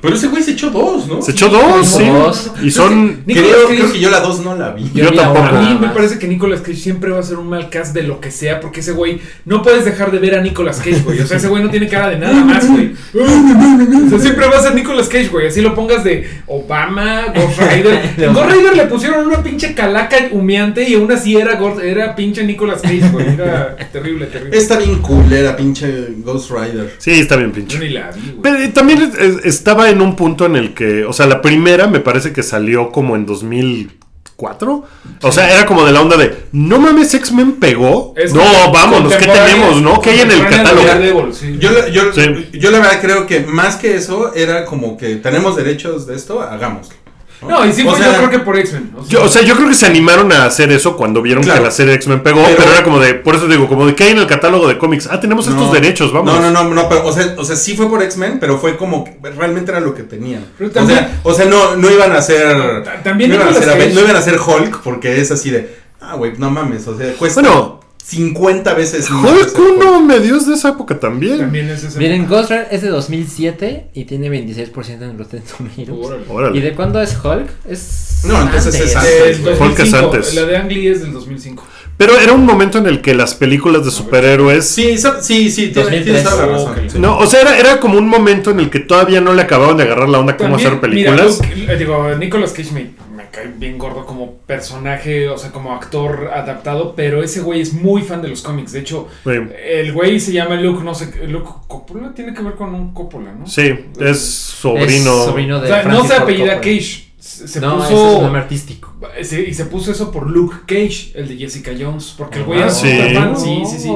Pero ese güey se echó dos, ¿no?
Se echó dos, sí.
Dos.
Y son.
Nicolas
Creo,
Cage-
creo que yo la dos no la vi.
Yo
vi a
tampoco.
A
una
mí
nada
me
más.
parece que Nicolas Cage siempre va a ser un mal cast de lo que sea, porque ese güey no puedes dejar de ver a Nicolas Cage, güey. O sea, ese güey no tiene cara de nada más, güey. O sea, siempre va a ser Nicolas Cage, güey. Así lo pongas de Obama, Ghost Rider. En Ghost Rider le pusieron una pinche calaca humeante y aún así era, Ghost- era pinche Nicolas Cage, güey. Era terrible, terrible.
Está bien cool, era pinche Ghost Rider.
Sí, está bien
Yo
pinche.
ni la vi,
Pero
güey.
eh, también es- es- estaba en un punto en el que, o sea, la primera me parece que salió como en 2004. O sea, era como de la onda de, no mames, X-Men pegó.
Es
no,
como-
vámonos, ¿qué
contemporánea-
tenemos, no? ¿Qué hay en el
contemporánea
catálogo?
de Daredevil, sí.
Yo, la- yo,
Sí.
yo la verdad creo que más que eso era como que tenemos derechos de esto, hagámoslo.
No, y sí
O
fue
sea,
yo creo que por X-Men. O sea,
Yo, o sea, yo creo que se animaron a hacer eso cuando vieron
Claro.
que la serie X-Men pegó, pero,
Pero-
era como de, por eso digo, como de, ¿qué hay en el catálogo de cómics? Ah, tenemos estos derechos, vamos.
No, no, no, no, pero, o sea, o sea, sí fue por X-Men, pero fue como que realmente era lo que tenían.
Pero
o
también-
sea, o sea, no, no iban a ser.
Ta- también
no iban, a
Nicolas
ser, Aven-
Cage.
no iban a ser Hulk, porque es así de. Ah, güey, no mames. O sea, cuesta
Bueno.
50 veces más
Hulk
hacer Hulk.
1, medios de esa época también.
también es ese.
Miren, Ghost Rider es de 2007 y tiene 26% en Rotten Tomatoes.
Órale.
Órale.
¿Y de cuándo es Hulk? Es
No, entonces es antes.
Del
Hulk es
2005,
antes.
La de Ang Lee es del 2005.
Pero era un momento en el que las películas de superhéroes.
Sí, so- sí, sí, tiene-
2003.
tienes toda la razón.
Ok.
sí.
No, o sea, era, era como un momento en el que todavía no le acababan de agarrar la onda cómo
También,
hacer
mira,
películas.
Luke- eh, digo, Nicolas Cage me, me cae bien gordo como personaje, o sea, como actor adaptado, pero ese güey es muy fan de los cómics. De hecho,
Sí.
el güey se llama Luke, no sé, qué- Luke Coppola, tiene que ver con un Coppola, ¿no?
Sí, es sobrino.
Es sobrino
O
de
sea, no
Francis
se
Ford
apellida
Coppola.
Cage. Se se
No, ese es un
puso.
nombre artístico.
eh, se- y se puso eso por Luke Cage, el de Jessica Jones, porque el güey
Ah,
es
sí.
súper fan. Sí, sí, sí.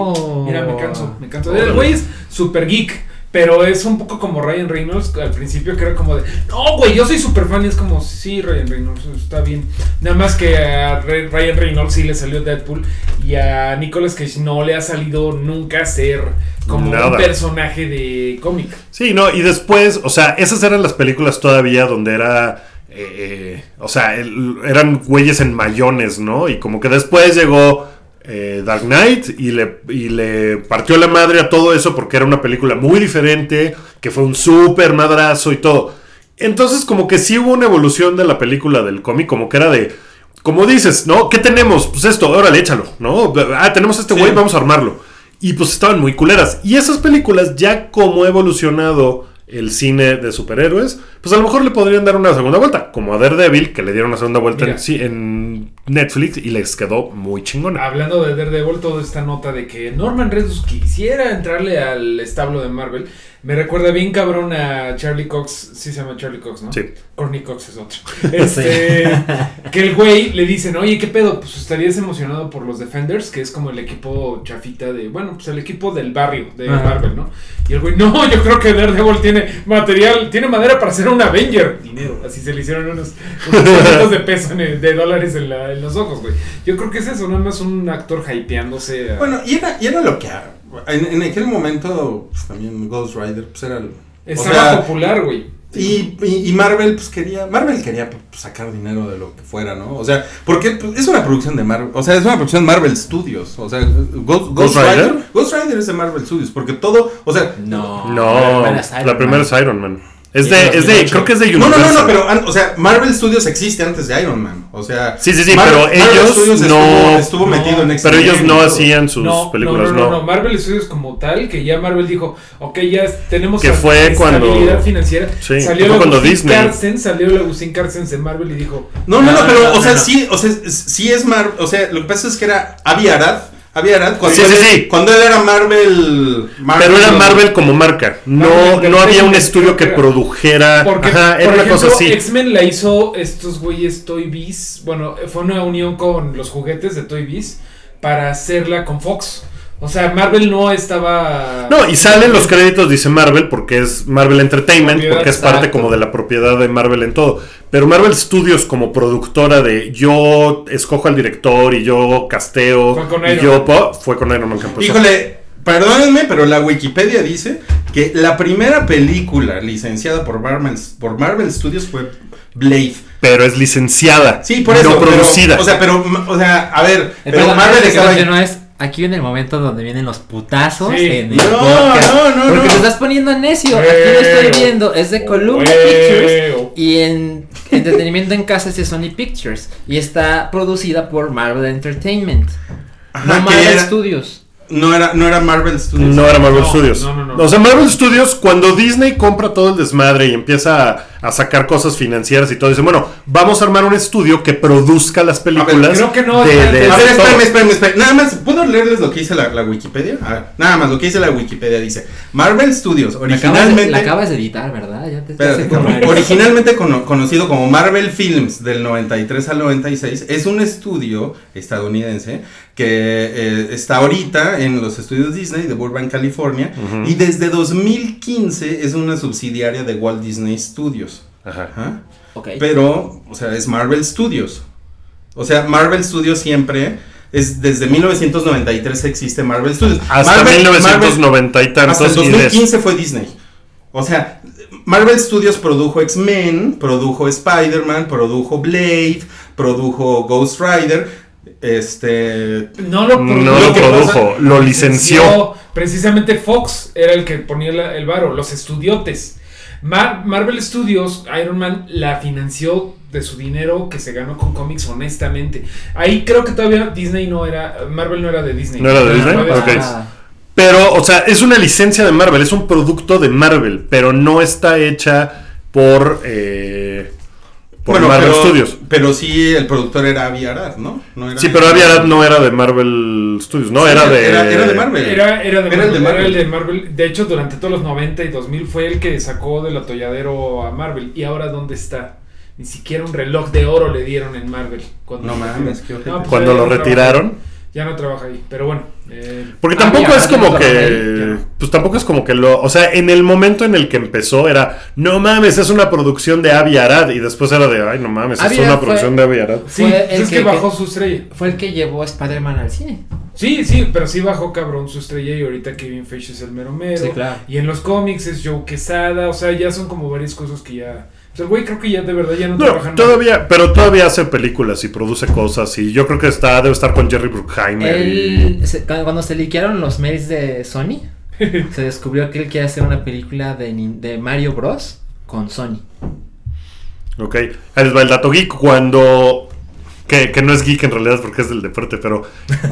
Mira, me canso, me canso. El güey es super geek, pero es un poco como Ryan Reynolds al principio, que era como de, no, güey, yo soy super fan. Y es como, sí, Ryan Reynolds, está bien. Nada más que a Re- Ryan Reynolds sí le salió Deadpool y a Nicolas Cage no le ha salido nunca ser como un
Nada.
personaje de cómic.
Sí, no, y después, o sea, esas eran las películas todavía donde era. eh, eh, o sea, el- eran güeyes en mayones, ¿no? Y como que después llegó eh, Dark Knight y le, y le partió la madre a todo eso porque era una película muy diferente, que fue un súper madrazo y todo. Entonces, como que sí hubo una evolución de la película del cómic, como que era de. Como dices, ¿no? ¿Qué tenemos? Pues esto, órale, échalo, ¿no? Ah, tenemos a este
Sí.
güey, vamos a armarlo. Y pues estaban muy culeras. Y esas películas, ya como ha evolucionado el cine de superhéroes, pues a lo mejor le podrían dar una segunda vuelta. Como a Daredevil, que le dieron una segunda vuelta en,
Mira.
sí, en Netflix y les quedó muy chingona.
Hablando de Daredevil, toda esta nota de que Norman Redus quisiera entrarle al establo de Marvel, me recuerda bien cabrón a Charlie Cox, sí se llama Charlie Cox, ¿no?
Sí.
Courtney Cox es otro. Este, que el güey le dicen, oye, ¿qué pedo? Pues estarías emocionado por los Defenders, que es como el equipo chafita de, bueno, pues el equipo del barrio de
Ajá.
Marvel, ¿no? Y el güey, no, yo creo que Daredevil tiene material, tiene madera para ser un Avenger. Dinero, así se le hicieron unos, unos cuadritos de peso, en el- de dólares en, la- en los ojos, güey. Yo creo que es eso, nada más un actor hypeándose. a-
Bueno, y era, y era lo que. En, en aquel momento, pues, también Ghost Rider, pues era. el- o
estaba
sea,
popular, güey.
Y, y- y Marvel, pues quería. Marvel quería pues, sacar dinero de lo que fuera, ¿no? O sea, porque pues, es una producción de Marvel. O sea, es una producción Marvel Studios. O sea,
¿Ghost
Ghost, Ghost Rider.
Rider?
Ghost Rider es de Marvel Studios. Porque todo. O sea.
No.
No, la primera es
Ah, es
Iron Man. Es
Y
de,
en
es de,
2008.
creo que es de
No, no,
Universal.
no, no, pero. an- O sea, Marvel Studios existe antes de Iron Man. O sea.
Sí, sí, sí,
Marvel-
pero
Marvel
ellos
Studios
no-
Estuvo, estuvo
no,
metido en
Pero
X-Men
ellos no
y todo.
hacían sus películas,
no, no. Marvel Studios como tal, que ya Marvel dijo, ok, ya es- tenemos
Que fue cuando-
estabilidad financiera.
Sí,
salió
fue cuando
Agustín
Disney.
Carstens, salió el Agustín Carstens de Marvel y dijo,
No, no, no,
No,
pero,
no,
o
no,
sea,
no.
sí, o sea, es- sí es Marvel, o sea, lo que pasa es que era Avi Arad, Avi Arad, cuando,
Sí,
él,
sí, sí.
cuando él era Marvel, Marvel-
Pero era Marvel como marca. No,
Marvel,
no había un
Marvel,
estudio que
era.
produjera.
Porque,
Ajá, era
por
una
ejemplo,
cosa así.
X-Men la hizo estos güeyes Toy Biz. Bueno, fue una unión con los juguetes de Toy Biz para hacerla con Fox. O sea, Marvel no estaba.
No, y salen los créditos, dice Marvel, porque es Marvel Entertainment,
Propiedad,
porque es parte
exacto.
como de la propiedad de Marvel en todo. Pero Marvel Studios como productora de yo escojo al director y yo casteo
Fue con
y
Iron
yo
Man.
po- fue con Iron Man que empezó.
Híjole, perdónenme, pero la Wikipedia dice que la primera película licenciada por Marvel, por Marvel Studios fue Blade.
Pero es licenciada.
Sí, por eso.
No
pero,
producida.
o sea, pero, o sea, a ver,
El
pero
problema
Marvel
es que
estaba
no
ahí.
no es aquí viene el momento donde vienen los putazos
Sí.
en el
No,
podcast.
no, no,
Porque
no.
te estás poniendo necio. Aquí
Huevo.
lo estoy viendo. Es de Columna Pictures.
Huevo.
Y en entretenimiento en casa es de Sony Pictures. Y está producida por Marvel Entertainment.
Ajá,
no
que
Marvel
era-
Studios.
no era, no era Marvel Studios.
No era Marvel
No,
Studios.
no, no, no.
O sea, Marvel Studios, cuando Disney compra todo el desmadre y empieza a, a sacar cosas financieras y todo, dice, bueno, vamos a armar un estudio que produzca las películas.
creo que no,
de-
espérate.
de-
Es
A ver,
de todo".
espérame, espérame, espérame. Nada más, ¿puedo leerles lo que dice la, la Wikipedia? A ver, nada más, lo que dice la Wikipedia dice: Marvel Studios,
La acabas, de,
originalmente.
la acabas de editar, ¿verdad? Ya te, ya
Espérate,
sé
cabrón.
cómo eres.
Originalmente cono- conocido como Marvel Films del 93 al 96, es un estudio estadounidense que eh, está ahorita en los estudios Disney de Burbank, California, y desde 2015 es una subsidiaria de Walt Disney Studios.
Ajá.
Ajá.
Ok.
Pero, o sea, es Marvel Studios. O sea, Marvel Studios siempre es desde 1993 existe Marvel Studios.
Hasta
Marvel-
1990 y
Marvel- hasta el
tantos. y des-
2015 fue Disney. O sea, Marvel Studios produjo X-Men, produjo Spider-Man, produjo Blade, produjo Ghost Rider, este
No lo produ-
No
lo
que
produjo,
pasa-
lo licenció.
Precisamente Fox era el que ponía la- el varo, los estudiotes. Mar- Marvel Studios, Iron Man, la financió de su dinero que se ganó con cómics, honestamente. Ahí creo que todavía Disney no era. Marvel no era de Disney.
¿No era de Disney?
Marvel
Ok.
Studios.
Ah,
Pero, o sea, es una licencia de Marvel, es un producto de Marvel, pero no está hecha por, eh, por
bueno,
Marvel
pero,
Studios.
Pero sí el productor era Avi Arad, ¿no? No era-
Sí, pero Avi Arad no era de Marvel Studios, no,
Sí,
era de...
era- era de Marvel.
Era, era, de,
Era el
Marvel,
de
era el
Marvel.
de Marvel. De hecho, durante todos los 90 y 2000 fue el que sacó del atolladero a Marvel. ¿Y ahora dónde está? Ni siquiera un reloj de oro le dieron en Marvel. Cuando
No mames, qué ojete.
No, pues
Cuando
ya
lo
no trabaja.
retiraron.
Ya no trabaja ahí, pero bueno. eh,
Porque
Ah,
tampoco
mira,
es
ahora
como
tenemos a Rafael,
que.
claro.
Pues tampoco es como que lo. O sea, en el momento en el que empezó era. No mames, es una producción de Avi Arad. Y después era de. Ay, no mames,
Avi
es una
Arad fue-
producción de Avi Arad.
sí,
Fue
pues
el
es que,
que-
bajó su estrella.
Fue el que llevó a Spider-Man al cine.
Sí, sí, pero sí bajó cabrón su estrella y ahorita Kevin Feige es el mero mero.
Sí, claro.
Y en los cómics es Joe Quesada, o sea, ya son como varias cosas que ya... O sea, el güey creo que ya de verdad ya no,
No,
trabaja nada.
todavía. Pero todavía hace películas y produce cosas. Y yo creo que está. Debe estar con Jerry Bruckheimer.
Él,
y-
se- cu- cuando se liquearon los mails de Sony, se descubrió que él quiere hacer una película de, Nin- de Mario Bros. con Sony.
Ok. Ahí les va el dato geek. Cuando. Que, que no es geek en realidad porque es del deporte, pero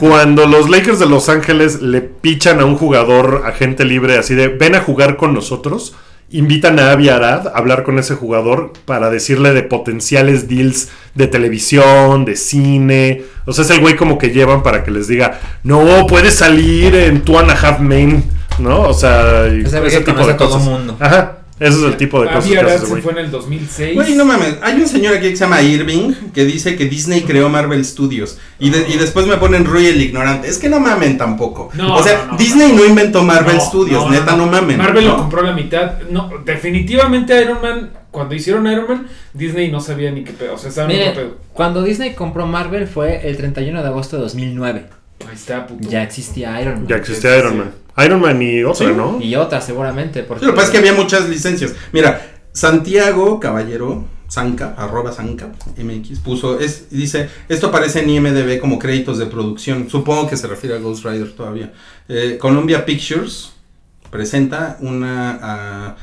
cuando los Lakers de Los Ángeles le pichan a un jugador agente libre así de ven a jugar con nosotros, invitan a Avi Arad a hablar con ese jugador para decirle de potenciales deals de televisión, de cine. O sea, es el güey como que llevan para que les diga, no, puedes salir en Two and a Half Men, ¿no? O sea, y
O sea,
ese
que
tipo
conoce
de
a todo
cosas.
mundo.
Ajá, ese es el tipo de
Avi
cosas que
Arad
hace ese
se
güey.
fue en el 2006.
Güey, no mames, hay un señor aquí que se llama Irving que dice que Disney creó Marvel Studios y, de- y después me ponen Rui el ignorante. Es que no mamen tampoco.
No,
o sea,
no, no,
Disney no inventó Marvel
No,
Studios,
no, no,
neta, no, mamen.
Marvel
¿no?
lo compró la mitad. No, definitivamente Iron Man, cuando hicieron Iron Man, Disney no sabía ni qué pedo. O sea, saben qué
Miren,
pedo.
cuando Disney compró Marvel fue el 31 de agosto de 2009.
Ahí está, puto.
Ya existía Iron Man.
Ya existía Iron Man. Iron Man y otra,
Sí.
¿no?
Y otra seguramente. Porque
Sí, Lo que pasa es que había muchas licencias. Mira, Santiago Caballero, Sanca, arroba Sanca, MX, puso, es, dice, esto aparece en IMDB como créditos de producción. Supongo que se refiere a Ghost Rider todavía. Eh, Columbia Pictures presenta una... ah,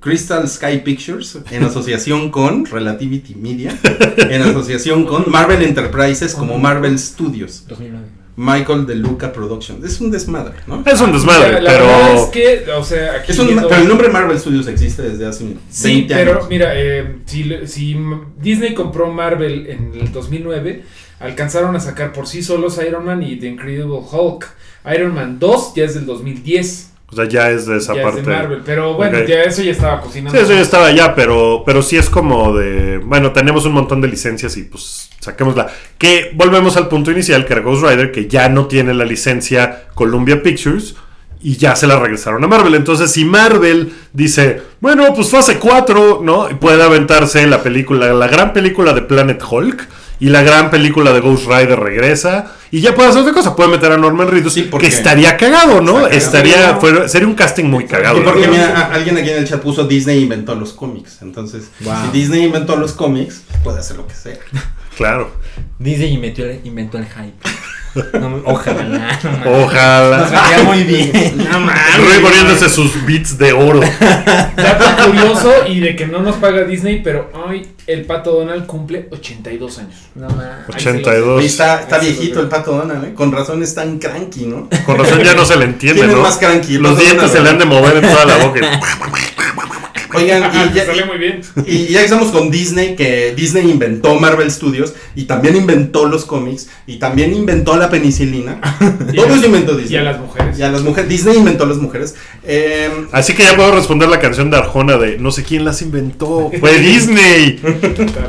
Crystal Sky Pictures en asociación con Relativity Media, en asociación con Marvel Enterprises como Marvel Studios,
2009.
Michael De Luca Productions. Es un desmadre, ¿no?
Es un desmadre,
Mira, la
pero.
verdad es que, o sea, aquí
Es un-
viendo-
pero el nombre Marvel Studios existe desde hace 20
Sí,
años.
pero mira, eh, si, le- si M- Disney compró Marvel en el 2009, alcanzaron a sacar por sí solos Iron Man y The Incredible Hulk. Iron Man 2 ya es del 2010,
O sea, ya es de
ya
esa
es
parte.
de Marvel, pero bueno,
Ok.
ya eso ya estaba cocinando.
Sí, eso ya estaba allá, pero, pero sí es como de. Bueno, tenemos un montón de licencias y pues saquémosla. Que volvemos al punto inicial, que era Ghost Rider, que ya no tiene la licencia Columbia Pictures y ya se la regresaron a Marvel. Entonces, si Marvel dice, bueno, pues fase 4, ¿no? Y Puede aventarse la película, la gran película de Planet Hulk. Y la gran película de Ghost Rider regresa. Y ya puede hacer otra cosa. Puede meter a Norman Reedus.
Sí, porque-
que estaría cagado, ¿no?
Está cagado.
Estaría. fuera- sería un casting muy cagado.
Y
la
porque
verdad.
mira, a- alguien aquí en el chat puso Disney inventó los cómics. Entonces, si Disney inventó los cómics, puede hacer lo que sea.
Claro.
Disney inventó el, inventó el hype. No, ojalá. no mames.
Oh.
Nos
Ojalá.
vendría muy bien. No mames.
Rui poniéndose sus bits de oro.
Dato curioso y de que no nos paga Disney, pero hoy el pato Donald cumple 82 años.
No mames.
Ahí se los-
Oye,
82.
está está
Ahí se
viejito
los-
el pato Donald, ¿eh? Con razón es tan cranky, ¿no?
Con razón ya no se le entiende,
¿Quién es
¿no?
más cranky? El
Los
pato
dientes
Donald,
se le han de
¿verdad?
mover en toda la boca.
Oigan,
Ah,
y
te
ya,
sale muy bien.
Y ya que estamos con Disney, que Disney inventó Marvel Studios y también inventó los cómics y también inventó la penicilina.
Y
Todo
a-
eso inventó
Y
Disney.
a las mujeres.
Y a las mujeres. Disney inventó a las mujeres. Eh,
Así que ya puedo responder la canción de Arjona de no sé quién las inventó. Fue Disney.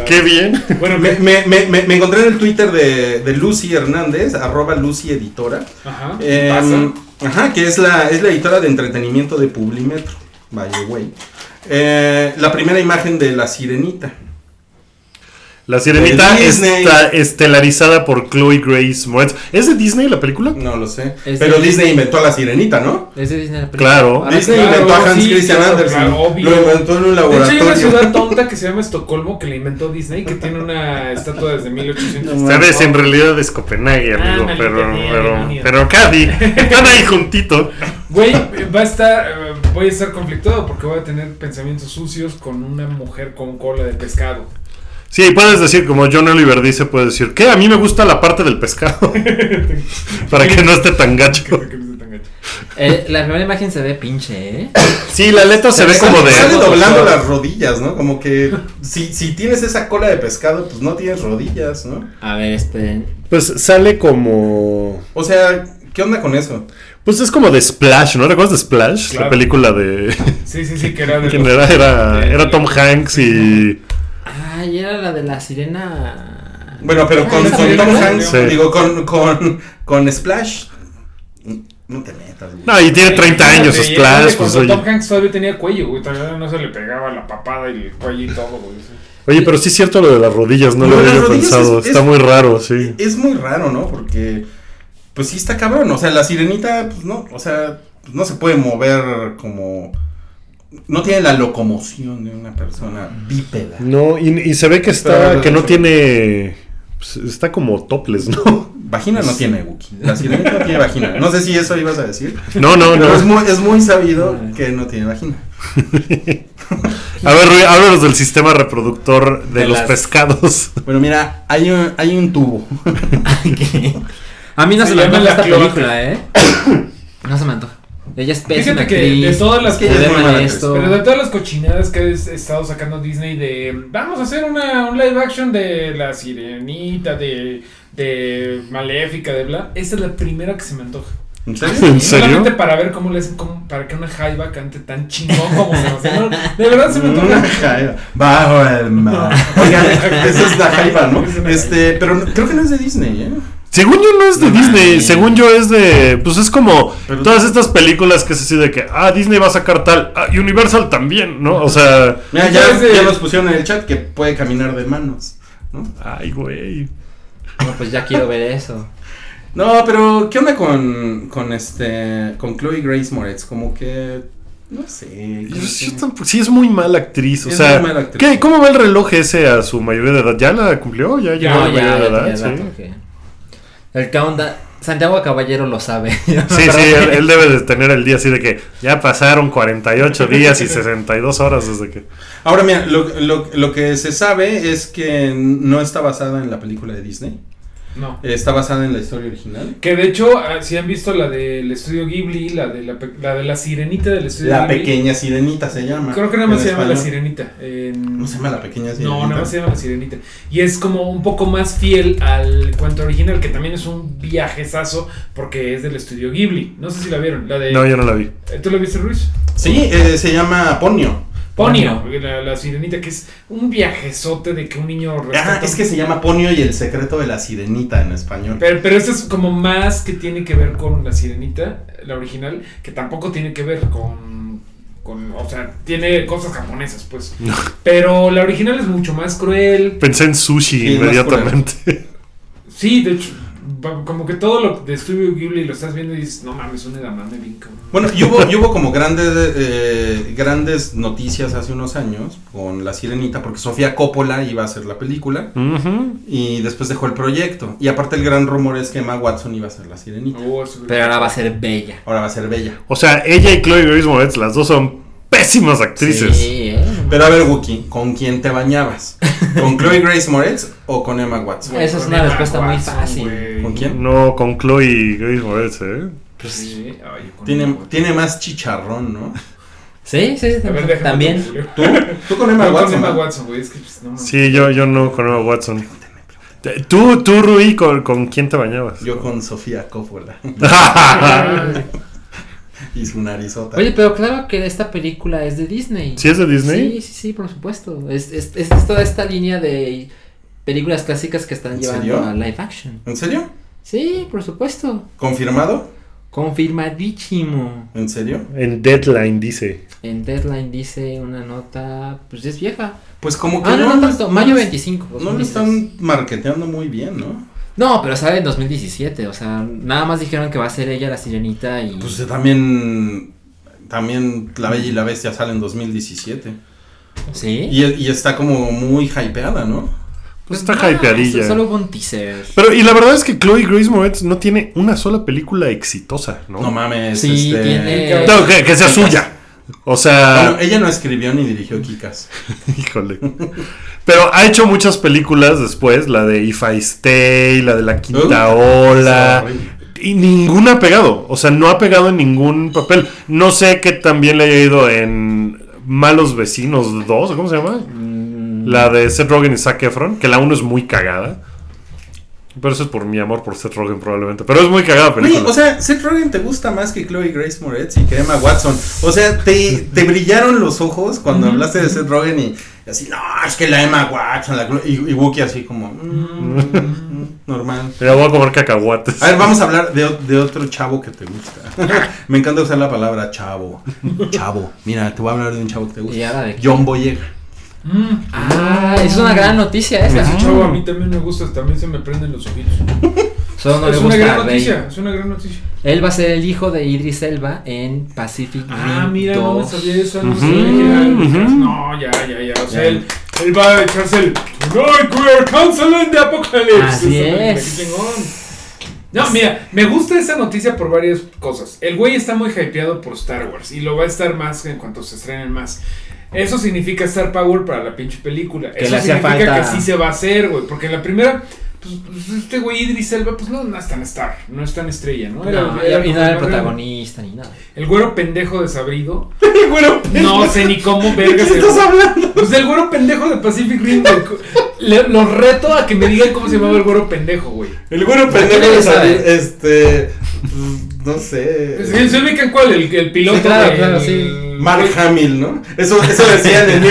Qué bien.
Bueno,
me,
que-
me- me- me- me encontré en el Twitter de, de Lucy Hernández, arroba Lucy Editora.
Ajá.
Eh,
pasa.
ajá, que es la, es la editora de entretenimiento de Publimetro. Vaya, güey. Eh, la primera imagen de la sirenita.
La sirenita
De Disney.
está estelarizada por Chloe Grace Moretz. ¿Es de Disney la película?
No lo sé.
Es
Pero
de-
Disney inventó a la sirenita, ¿no?
Es de Disney la película.
Claro.
Ah,
Disney
claro,
inventó a Hans
sí,
Christian
claro,
Andersen.
claro, obvio.
lo inventó en un
De hecho, hay una
laboratorio.
ciudad tonta que se llama Estocolmo que la inventó Disney, que tiene una estatua desde 1800.
Sabes, en realidad es Copenhague,
Ah,
amigo,
maldita
pero,
sea,
pero,
demonios.
pero Cadi, están ahí juntito.
Güey, va a estar, eh, voy a estar conflictado porque voy a tener pensamientos sucios con una mujer con cola de pescado.
Sí, puedes decir, como John Oliver dice, puedes decir, que a mí me gusta la parte del pescado, para que no esté tan gacho.
Que no se tan gacho.
Eh, la primera imagen se ve pinche, ¿eh?
Sí, la letra se ve como de...
Sale doblando las rodillas, ¿no? Como que si, si tienes esa cola de pescado, pues no tienes rodillas, ¿no?
A ver, este, esperen.
Pues sale como...
O sea, ¿qué onda con eso?
Pues es como de Splash, ¿no? ¿Recuerdas de Splash?
Claro.
La película de...
Sí, sí, sí, que era de.
¿Quién
los-
era? Era,
de-
era Tom Hanks y...
Ah, y era la de la sirena.
Bueno, pero
Ah,
con,
esa
con
película.
Tom Hanks,
Sí.
digo, con, con, con Splash. No te metas, güey.
No, y tiene 30 años
Oye,
Splash, pues
cuando Tom
oye.
Hanks todavía tenía cuello, güey. Todavía no se le pegaba la papada y el cuello y todo, güey. sí.
Oye, pero sí es cierto lo de las rodillas, no lo
Lo de las
había yo
rodillas
pensado.
es-
Está
es-
muy raro, sí.
Es muy raro, ¿no? Porque, pues sí está cabrón. O sea, la sirenita, pues no, o sea, pues, no se puede mover como... No tiene la locomoción de una persona bípeda.
No, y, y se ve que
Pero,
está,
pero,
que no
pero-
tiene, pues, está como topless, ¿no?
Vagina no tiene Wookie. La sirenita no tiene vagina. No sé si eso ibas a decir.
No, no,
Pero es
no.
muy, es muy sabido que no tiene vagina.
A ver, Rui, háblanos del sistema reproductor de,
De
los
las-
pescados.
Pero mira, hay un, hay un tubo.
A mí no
Se
se, me
llama la
antoja esta
cloaca.
película, ¿eh? No se me antoja. Ella es pésima
Fíjate que
actriz.
de todas las
que ella es
moderna
muy mala
de
actriz,
esto.
Pero de todas las cochinadas que ha es- estado sacando Disney de vamos a hacer una, un live action de la sirenita, de, de Maléfica, de bla, esta es la primera que se me antoja.
¿En
¿En
serio?
serio?
Solamente para ver cómo le hacen como para que una jaiba cante tan chingón como se hace. No, De verdad se Ah, me
Una
antoja.
Mm. jaiba. Bajo el mar. Oigan, esa es la jaiba, ¿no? Este, pero no- creo que no es de Disney, ¿eh?
Según yo no es de
No
Disney,
mames.
según yo es de, pues es como
Pero-
todas estas películas que es así de que, ah, Disney va a sacar tal, ah, y Universal también, ¿no? O sea,
Mira,
No es
ya,
de-
eh,
ya nos pusieron en el chat que puede caminar de manos.
ay, güey.
No, pues ya quiero ver eso.
No, pero ¿qué onda con, con este, con Chloe Grace Moretz? Como que, no sé.
Yo-
como
yo
que-
tampoco- sí es muy mala actriz, o
Es
sea,
muy mala actriz.
¿qué? ¿cómo va el reloj ese a su mayoría de edad? ¿Ya la cumplió? ¿Ya llegó a la
No,
mayoría
ya,
de
ya,
edad?
tenía
Sí.
rato que- El countdown. Santiago Caballero lo sabe.
Sí, sí, él, él debe de tener el día así de que ya pasaron 48 días y 62 horas desde que...
Ahora, mira, lo, lo- lo que se sabe es que no está basada en la película de Disney.
No.
Está basada en la historia original.
Que de hecho, ah, si han visto la del estudio Ghibli, la de la, pe- la de la sirenita del estudio
La
Ghibli.
pequeña sirenita se llama.
Creo que nada más
en
se llama la
español.
sirenita. en-
No se llama la pequeña sirenita.
No, nada más se llama La Sirenita. Y es como un poco más fiel al cuento original, que también es un viajezazo, porque es del estudio Ghibli. No sé si la vieron, la de...
No, yo no la vi.
Eh, ¿Tú la viste, Ruiz?
Sí, eh, se llama Ponio.
Ponio, la, la Sirenita, que es un viajezote de que un niño...
Ah,
rescata-
es que se llama Ponio y el secreto de la sirenita en español.
Pero, pero esta es como más que tiene que ver con La Sirenita, la original, que tampoco tiene que ver con... con o sea, tiene cosas japonesas, pues. Pero la original es mucho más cruel.
Pensé en sushi
Sí, más
inmediatamente.
Sí, de hecho... va- como que todo lo de Studio Ghibli lo estás viendo y dices, no mames, un edamame bien cabrón.
Bueno, y hubo, y hubo como grandes, eh, grandes noticias hace unos años con La Sirenita, porque Sofía Coppola iba a hacer la película
Ujú.
y después dejó el proyecto. Y aparte el gran rumor es que Emma Watson iba a ser La Sirenita.
Oh, eso-
Pero ahora va a ser bella.
Ahora va a ser Bella.
O sea, ella y Chloe Grace Moretz, las dos son pésimas actrices.
Sí, ¿eh?
Pero a ver, Wookie, ¿con quién te bañabas? ¿Con Chloe Grace Moretz o con Emma Watson?
Esa es
con
una
Emma
respuesta muy
Watson,
fácil.
güey. Pues
¿Con quién?
No, con Chloe Grace Moretz, ¿eh?
Sí, ay, con
Tiene,
Emma Watson.
tiene más chicharrón, ¿no?
Sí, sí,
A ver, déjame
también.
concluir.
¿Tú? ¿Tú con Emma
No, con
Watson?
Emma
¿no?
Watson, güey, es que pues, no mames.
Sí, yo, yo no con Emma Watson. Te- Tú, tú, Rui, ¿con, con quién te bañabas?
Yo con Sofía Coppola y su narizota.
Oye, pero claro que esta película es de Disney.
¿Sí es de Disney?
Sí, sí, sí, por supuesto. Es, es, es toda esta línea de películas clásicas que están
¿En
llevando
serio?
a live action.
¿En serio?
Sí, por supuesto.
¿Confirmado?
Confirmadísimo.
¿En serio?
En Deadline dice.
En Deadline dice una nota, pues es vieja.
Pues como que
Ah, no, no
lo-
tanto. Mayo 25.
No lo
2016.
están marketeando muy bien, ¿no?
No, pero sale en 2017. O sea, nada más dijeron que va a ser ella la sirenita y.
Pues eh, también también La Bella y la Bestia sale en 2017
sí.
y, y está como muy hypeada, ¿no?
Pues está
nada,
hypeadilla.
Solo hubo un teaser.
Pero, y la verdad es que Chloe Grace Moretz no tiene una sola película exitosa, ¿no?
No, mames.
Sí,
este-
tiene.
No, que, que sea suya. O sea,
Bueno, ella no escribió ni dirigió Kikas.
híjole. Pero ha hecho muchas películas después, la de If I Stay, la de La Quinta Ola. Y ninguna ha pegado. O sea, no ha pegado en ningún papel. No sé que también le haya ido en Malos Vecinos 2, ¿cómo se llama?
Mm,
La de Seth Rogen y Zac Efron, que la 1 es muy cagada. Pero eso es por mi amor por Seth Rogen probablemente. Pero es muy cagada
Oye,
película.
o sea, Seth Rogen te gusta más que Chloe Grace Moretz y que Emma Watson. O sea, te, te brillaron los ojos cuando hablaste de Seth Rogen y, y así, no, es que la Emma Watson, la Chloe", y, y Wookie así como, "Mm, mm, normal.
Mira, voy a comer cacahuates.
A ver, vamos a hablar de, o- de otro chavo que te gusta. Me encanta usar la palabra chavo. Chavo. Mira, te voy a hablar de un chavo que te
¿Y
gusta.
ahora de qué?
John Boyega.
Mm.
Ah, es una gran noticia esa.
Ese chavo a mí también me gusta, también se me prenden los ojitos.
Solo no le
es una
gusta
gran
a Rey.
noticia, es una gran noticia.
Él va a ser el hijo de Idris Elba en Pacific Rim.
Ah, mira, no me
2.
sabía eso, no
Ujú,
sabía que era el
ujú.
Lucas. No, ya, ya, ya. O sea,
Ya.
él, él va a echarse el Tonight We're Canceling the Apocalypse.
Así
Eso me-
es.
me chingón. No, mira, me gusta esa noticia por varias cosas. El güey está muy hypeado por Star Wars y lo va a estar más en cuanto se estrenen más. Eso significa Star Power para la pinche película.
Que
Eso
le hacía
significa
falta.
que sí se va a hacer, güey. Porque en la primera, pues, pues, este güey Idris Elba, pues no, no es tan star, no es tan estrella, ¿no? Era-
No,
era-
y no era el
era-
protagonista ni nada.
El güero pendejo desabrido.
El güero
No sé ni cómo verga se
estás hablando?
Pues del güero pendejo de Pacific Rim. güey. Le- lo reto a que me digan cómo se llamaba el güero pendejo, güey.
El güero
pendejo de salir,
este. No sé.
¿Se, se ubican cuál? El, el piloto.
Sí, claro,
del-
claro, sí.
Mark Hamill, ¿no? Eso, eso decían en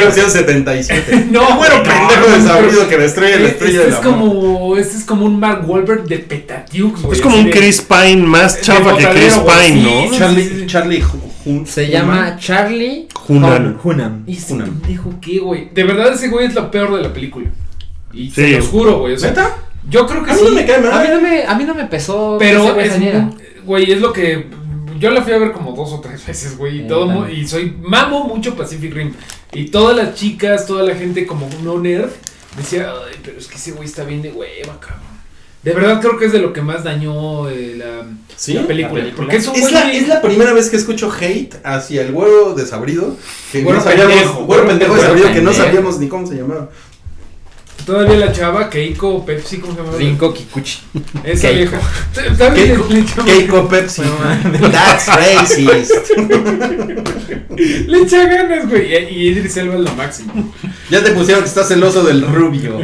1977.
No,
El güero
no,
pendejo
no,
desabrido
pero-
que destruye la estrella
Este
del
es
amor.
como. Este es como un Mark Wahlberg de Petatiux, güey.
es como un
así de-
Chris Pine más
de
chafa que
botadero,
Chris
güey,
Pine,
sí,
¿no?
Sí, sí, sí.
Charlie, Charlie Hu- Hun-
Se
Hunnam.
llama Charlie
Hunan.
Hunan.
Ese
Una.
pendejo qué, güey. De verdad, ese güey es lo peor de la película. Y
Sí.
se los juro, güey. O sea,
¿Neta?
yo creo que
A mí
Ah,
no
sí.
me cae
A mí
mal.
no me, a mí no me pesó. ese
Pero
güey
es,
saliera.
mu- güey, es lo que yo la fui a ver como dos o tres veces, güey, y
Eh,
todo mu-
también.
y soy mamo mucho Pacific Rim y todas las chicas, toda la gente como no nerd decía, "Ay, pero es que ese güey está bien de hueva, cabrón." De verdad creo que es de lo que más dañó eh, la,
¿Sí?
la película,
la película.
porque eso
Es la, es la primera vez que escucho hate hacia el güero desabrido. Que
Güero
no sabíamos,
pendejo.
güero pendejo desabrido
Güero
que no
pendejo.
sabíamos ni cómo se llamaba.
todavía la chava Keiko Pepsi ¿cómo se llama?
Rinko Kikuchi.
Esa
Keiko.
vieja. También
Keiko-
le echaba-
Keiko Pepsi. That's racist.
Le echa ganas, güey, y- y Idris Elba es lo máximo.
Ya te pusieron que estás celoso del rubio.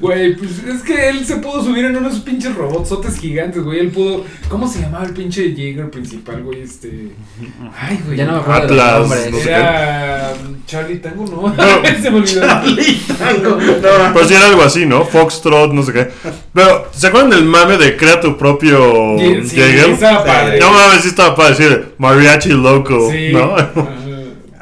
Güey, pues es que él se pudo subir en unos pinches robotsotes gigantes, güey. Él pudo. ¿Cómo se llamaba el pinche Jaeger principal, güey? Este. Ay, güey.
Ya no me acuerdo
Atlas,
de los
no
nombres.
sé.
Era. um, Charlie Tango, no.
No.
se me olvidó.
Tango. No.
Pues sí, era algo así, ¿no? Foxtrot, no sé qué. Pero, ¿se acuerdan del mame de crea tu propio
Sí, sí,
Jaeger?
estaba
Sí.
padre.
No mames, sí estaba para decir mariachi loco,
Sí.
¿no?
Ajá.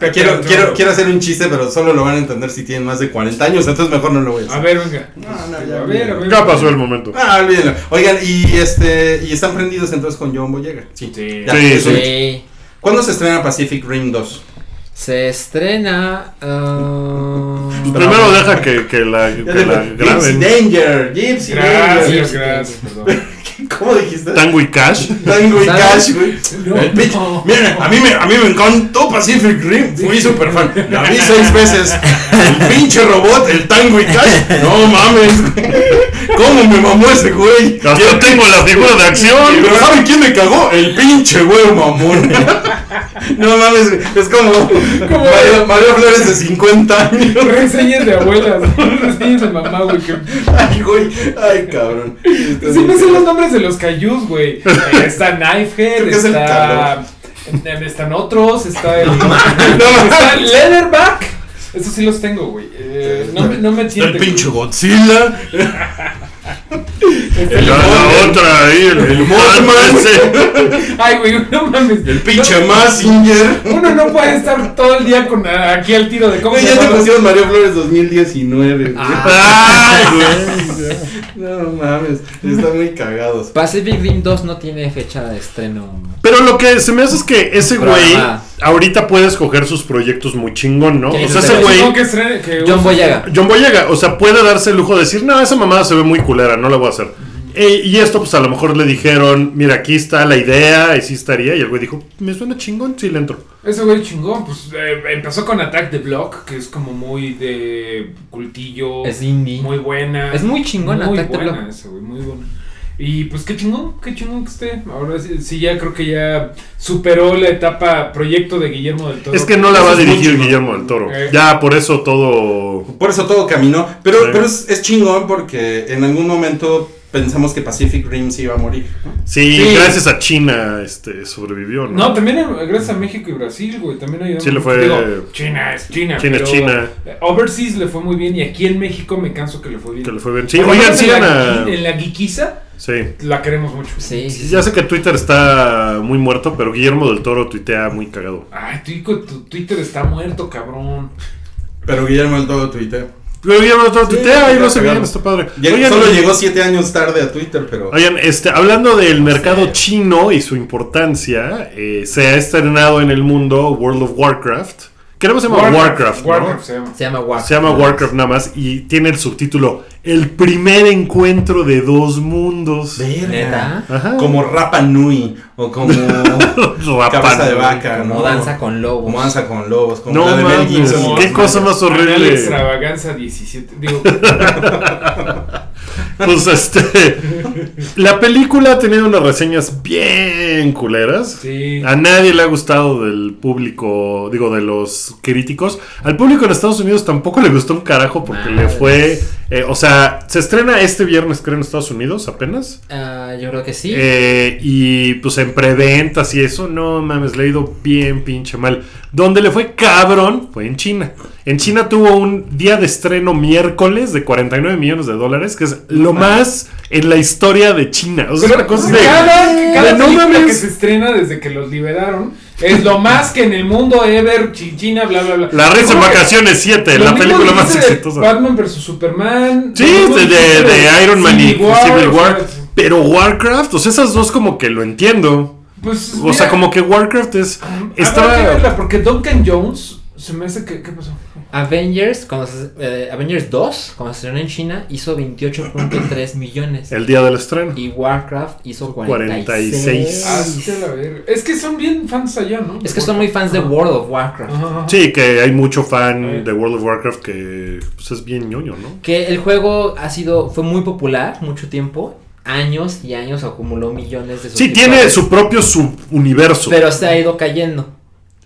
Pero-
Quiero,
pero-
quiero, quiero hacer un chiste, pero solo lo van a entender si tienen más de 40 años, entonces mejor no lo voy a
A
hacer.
ver, venga. Este,
No, no, ya,
A ver, a ver.
Ya pasó el momento.
Ah, olvídenlo. Oigan, y este y están prendidos entonces con John Boyega. Sí.
Sí.
Ya,
Sí,
eso.
Sí.
¿Cuándo se estrena Pacific Rim 2?
Se estrena. ah,
Pues primero deja que, que la, que la
Gypsy
graben.
Danger, Gypsy
Gracias,
Danger.
gracias, perdón.
¿Cómo dijiste?
Tango y Cash.
Tango y
¿Sabes?
Cash, güey.
No,
Eh, bitch,
no.
Miren, a mí, me, a mí me encantó Pacific Rim. Fui súper fan. La vi seis veces. El pinche robot, el Tango y Cash. No mames. ¿Cómo me mamó ese güey?
Hasta tengo la figura de
Y,
acción.
Pero ¿saben quién me cagó? El pinche güey mamón. No mames, güey, es como María, María Flores de 50 años.
Reseñas de abuelas, reseñas de mamá, güey. Que...
Ay, güey, ay, cabrón.
Sí, me sé los nombres de los cayús, güey. Eh, Está Knifehead,
Creo que es el
está.
calor.
em, Están otros, está el.
mames.
Está Leatherback. Esos sí los tengo, güey. Eh, no, me- no me
Está el
tienten.
pinche Godzilla.
La, la otra ahí, el, el Mothman. sí.
Ay, güey, no mames.
El pinche Massinger.
Uno no puede estar todo el día con ah, aquí al tiro de cómo
Güey,
se
ya te
llama.
pusieron María Flores 2019. güey.
Ay, güey.
No mames, están muy cagados.
Pacific Rim 2 no tiene fecha de estreno.
Pero lo que se me hace es que ese
Pero,
güey
ajá.
ahorita puede escoger sus proyectos muy chingón, ¿no?
Sí,
O sea,
sí,
ese
sí.
güey.
No, que estrene- que
John
use-
Boyega.
John Boyega, o sea, puede darse el lujo de decir, no, esa mamada se ve muy culera, no la voy a hacer. Eh, y esto, pues a lo mejor le dijeron, mira, aquí está la idea, y sí estaría. Y el güey dijo, me suena chingón, sí le entro.
Ese güey chingón, pues eh, empezó con Attack the Block, que es como muy de cultillo,
Es indie.
muy buena.
Es muy chingona,
Muy
Attack the
buena
Block.
ese güey, muy buena. Y pues qué chingón, qué chingón que esté. Ahora sí, sí, ya creo que ya superó la etapa proyecto de Guillermo del Toro.
Es que no la
Eso
va a
es muy
dirigir
chingón.
Guillermo del Toro.
Eh.
Ya, por eso todo.
Por eso todo caminó. Pero,
Sí.
pero es, es chingón porque en algún momento pensamos que Pacific Rim se iba a morir. ¿no?
Sí,
Sí.
gracias a China este, sobrevivió, ¿no?
No, también eh, gracias a México y Brasil, güey. También ayudó.
Sí, le
mucho.
fue-
Digo, China es China.
China es
pero,
China.
eh, Overseas le fue muy bien y aquí en México me canso que le fue bien.
Que le fue bien. Sí,
Por lo
oigan,
menos en
sigan
la,
a.
en la Geekiza
Sí.
la queremos mucho.
Sí, sí, sí.
Ya sé que Twitter está muy muerto, pero Guillermo del Toro tuitea muy cagado.
Ay, tu, hijo- tu Twitter está muerto, cabrón.
Pero Guillermo del Toro tuitea.
Pero Guillermo del Toro
Sí,
tuitea y
está
lo hace bien,
cagado.
está padre.
Ya-
Oigan,
solo llegó siete años tarde a Twitter, pero.
Oigan, este, hablando del mercado chino y su importancia, eh, se ha estrenado en el mundo World of Warcraft. ¿Qué se llama Warcraft? ¿no? Ah,
Warcraft se llama.
Se llama Warcraft.
Se llama Warcraft nada más y tiene el subtítulo El primer encuentro de dos mundos.
Verga.
Neta.
Ajá.
Como Rapa Nui o como
Rapa
Cabeza de
Nui.
Vaca,
Como
¿no?
danza con lobos.
Como danza con lobos, como
No
la de Mel
mames,
Gibson.
Como-
qué cosa más
Anal
horrible.
Extravaganza 17. Digo,
Pues este. La película ha tenido unas reseñas bien culeras.
sí.
A nadie le ha gustado del público, digo, de los críticos. Al público en Estados Unidos tampoco le gustó un carajo porque le
Madres.
fue... eh, o sea, se estrena este viernes, creo, en Estados Unidos apenas.
Ah, yo creo que sí.
Eh, y pues en preventas y eso, no mames, le ha ido bien pinche mal. Donde le fue cabrón fue en China. En China tuvo un día de estreno miércoles de 49 millones de dólares, que es lo más en la historia de China. O sea, es una cosa de...
cada,
de
cada
no
película
mames.
que se estrena desde que los liberaron es lo más que en el mundo ever, Chinchina, bla, bla, bla.
La Red en
Como que
Vacaciones 7,
lo
la
mismo
película más
dijiste de
exitosa.
Batman vs Superman.
Sí,
lo mismo
de, de-
dijiste
de Iron Man y Civil
o
War.
sea,
Pero Warcraft, o sea, esas dos como que lo entiendo.
Pues,
O sea,
mira,
como que Warcraft es...
habrá que verla,
Estaba...
porque Duncan Jones se me hace que. ¿Qué pasó?
Avengers, cuando se- eh, Avengers 2, cuando se estrenó en China, hizo 28.3 millones.
El día del estreno.
Y Warcraft hizo 46.
46.
Hazte Ah, la verga. Es que son bien fans allá, ¿no?
Es que son muy fans de World of Warcraft.
Ajá.
Sí, que hay mucho
Ay.
fan de World of Warcraft que pues, es bien ñoño, ¿no?
Que el juego ha sido, fue muy popular mucho tiempo, años y años acumuló millones de
Sí,
suscriptores,
tiene su propio subuniverso.
Pero se ha ido cayendo.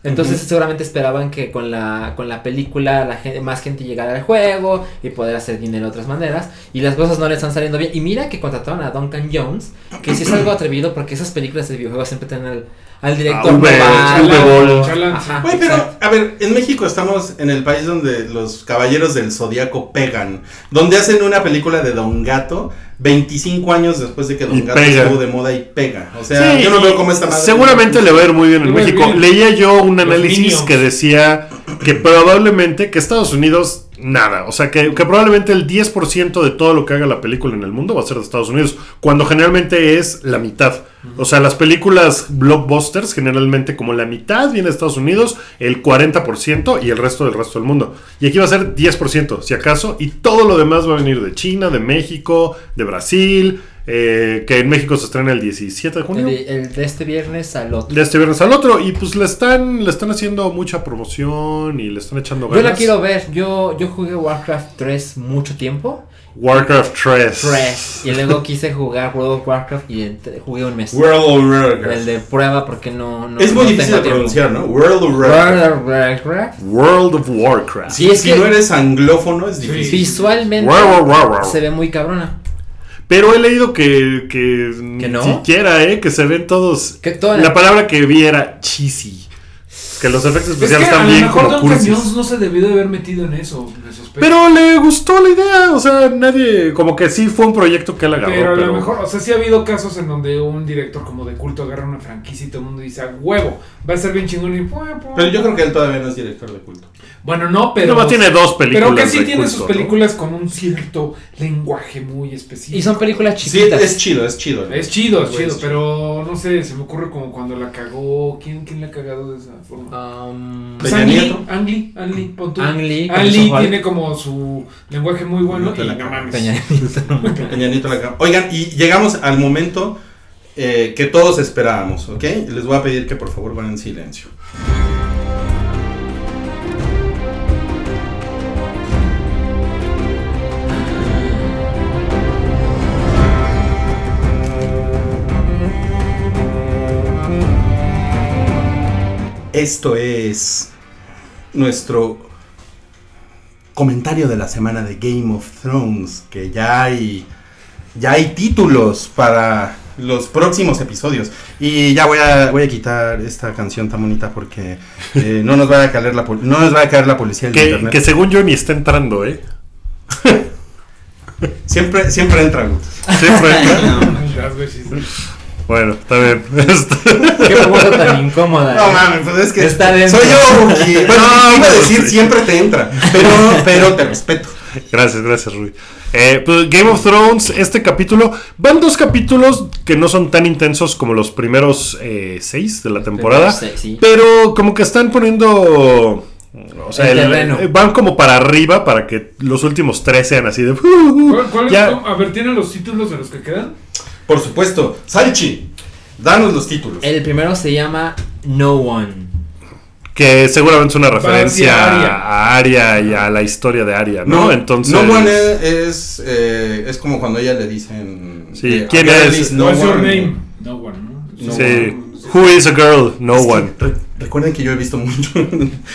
Entonces seguramente esperaban que con la, con la película la gente, más gente llegara al juego y poder hacer dinero de otras maneras. Y las cosas no le están saliendo bien. Y mira que contrataron a Duncan Jones, que sí es algo atrevido porque esas películas de videojuegos siempre tienen al, al director
Ah, Uber,
global,
Uber
al-
Ball.
Chala.
Ajá,
Güey, pero,
exacto.
a ver, en México estamos en el país donde los caballeros del zodiaco pegan. Donde hacen una película de Don Gato 25 años después de que Don
Y
Gato
pega.
estuvo de moda y pega. O sea,
Sí,
yo no veo cómo esta madre.
Seguramente le va a ir muy bien en
Le va a ir
México.
bien.
Leía yo un
Los
análisis
Minions.
que decía que probablemente que Estados Unidos nada, o sea que, que probablemente el 10% de todo lo que haga la película en el mundo va a ser de Estados Unidos, cuando generalmente es la mitad. O sea, las películas blockbusters generalmente como la mitad viene de Estados Unidos, el 40% y el resto del resto del mundo. Y aquí va a ser 10%, si acaso, y todo lo demás va a venir de China, de México, de Brasil, eh, que en México se estrena el 17 de junio
El, el de este viernes al otro.
de este viernes al otro y pues le están le están haciendo mucha promoción y le están echando
Yo
ganas.
la quiero ver. Yo, yo jugué Warcraft 3 mucho tiempo.
Warcraft 3.
3. Y luego quise jugar World of Warcraft y ent- jugué un mes.
World of Warcraft.
El de prueba porque no. no
es muy
no
difícil de
tengo tiempo.
pronunciar, ¿no? World of Warcraft.
World of Warcraft.
World of Warcraft.
Sí, es
si
que-
no eres anglófono, es difícil.
Visualmente
Guau, guau, guau, guau.
se ve muy cabrona.
Pero he leído que que, ni
¿Que no?
siquiera eh que se ven todos.
Que toda la-
La palabra que vi era cheesy. Que los efectos
Es que
especiales
a
pues están
lo
bien
mejor
como
Duncan Jones
cursis.
no se debió de haber metido en eso, me sospecho.
Pero le gustó la idea, o sea, nadie como que sí fue un proyecto que él agarró,
Pero a
pero
lo mejor, o sea, sí ha habido casos en donde un director como de culto agarra una franquicia y todo el mundo dice, "A huevo, va a ser bien chingón y... pua, pua".
Pero yo creo que él todavía no es director de culto.
Bueno, no, pero...
Nomás tiene dos películas.
Pero que sí
de
tiene
culto,
sus
¿no?
películas con un cierto lenguaje muy específico.
Y son Pues, películas
Sí,
chiquitas.
es chido, es chido.
Es chido, es
Güey,
chido, pero no sé, se me ocurre como cuando la cagó. ¿Quién, quién la ha cagado de esa forma?
Um,
Peña
Ang Lee,
Nieto.
Ang Lee, Ang Lee, pon tú.
Ang Lee,
Ang
con
Lee
su ojo al-
tiene como su lenguaje muy bueno
No te
y
la
no mames.
Peña
Peña Nieto la cagó. Oigan, y llegamos al momento eh, que todos esperábamos, ¿ok? Les voy a pedir que por favor van en silencio. Esto es nuestro comentario de la semana de Game of Thrones, que ya hay, ya hay títulos para los próximos episodios. Y ya voy a, voy a quitar esta canción tan bonita porque eh, no, nos va a caer la, pol- no nos va a caer la policía del
que,
internet.
que según yo ni está entrando, ¿eh?
Siempre, siempre entra. güey.
Siempre entra.
Las veces.
Bueno, está bien. Este,
Qué pregunta tan incómoda.
No
¿eh?
mames, pues es que
Está dentro.
soy yo. y- bueno,
No,
iba a
pues,
decir
sí.
siempre te entra, pero, pero te respeto.
Gracias, gracias, Rui. Eh, pues, Game of Thrones, este capítulo. Van dos capítulos que no son tan intensos como los primeros eh, seis de la temporada.
Sí, sí.
Pero como que están poniendo. O sea,
El
el-
terreno.
eh, van como para arriba para que los últimos tres sean así de.
¿Cuál, cuál es
Ya.
tu- a ver, ¿tienen los títulos de los que quedan?
Por supuesto, Salchi, danos los títulos.
El primero se llama No One.
Que seguramente es una
hacia
referencia
Arya.
a Aria y a la historia de Aria, ¿no? Entonces.
No one es, eh, es como cuando ella le dicen.
Sí,
eh,
¿quién
a girl
es?
is
No What's your
one.
name? No one, ¿no?
No
Sí.
one.
Who is a girl? No
Es que
one.
re- recuerden que yo he visto mucho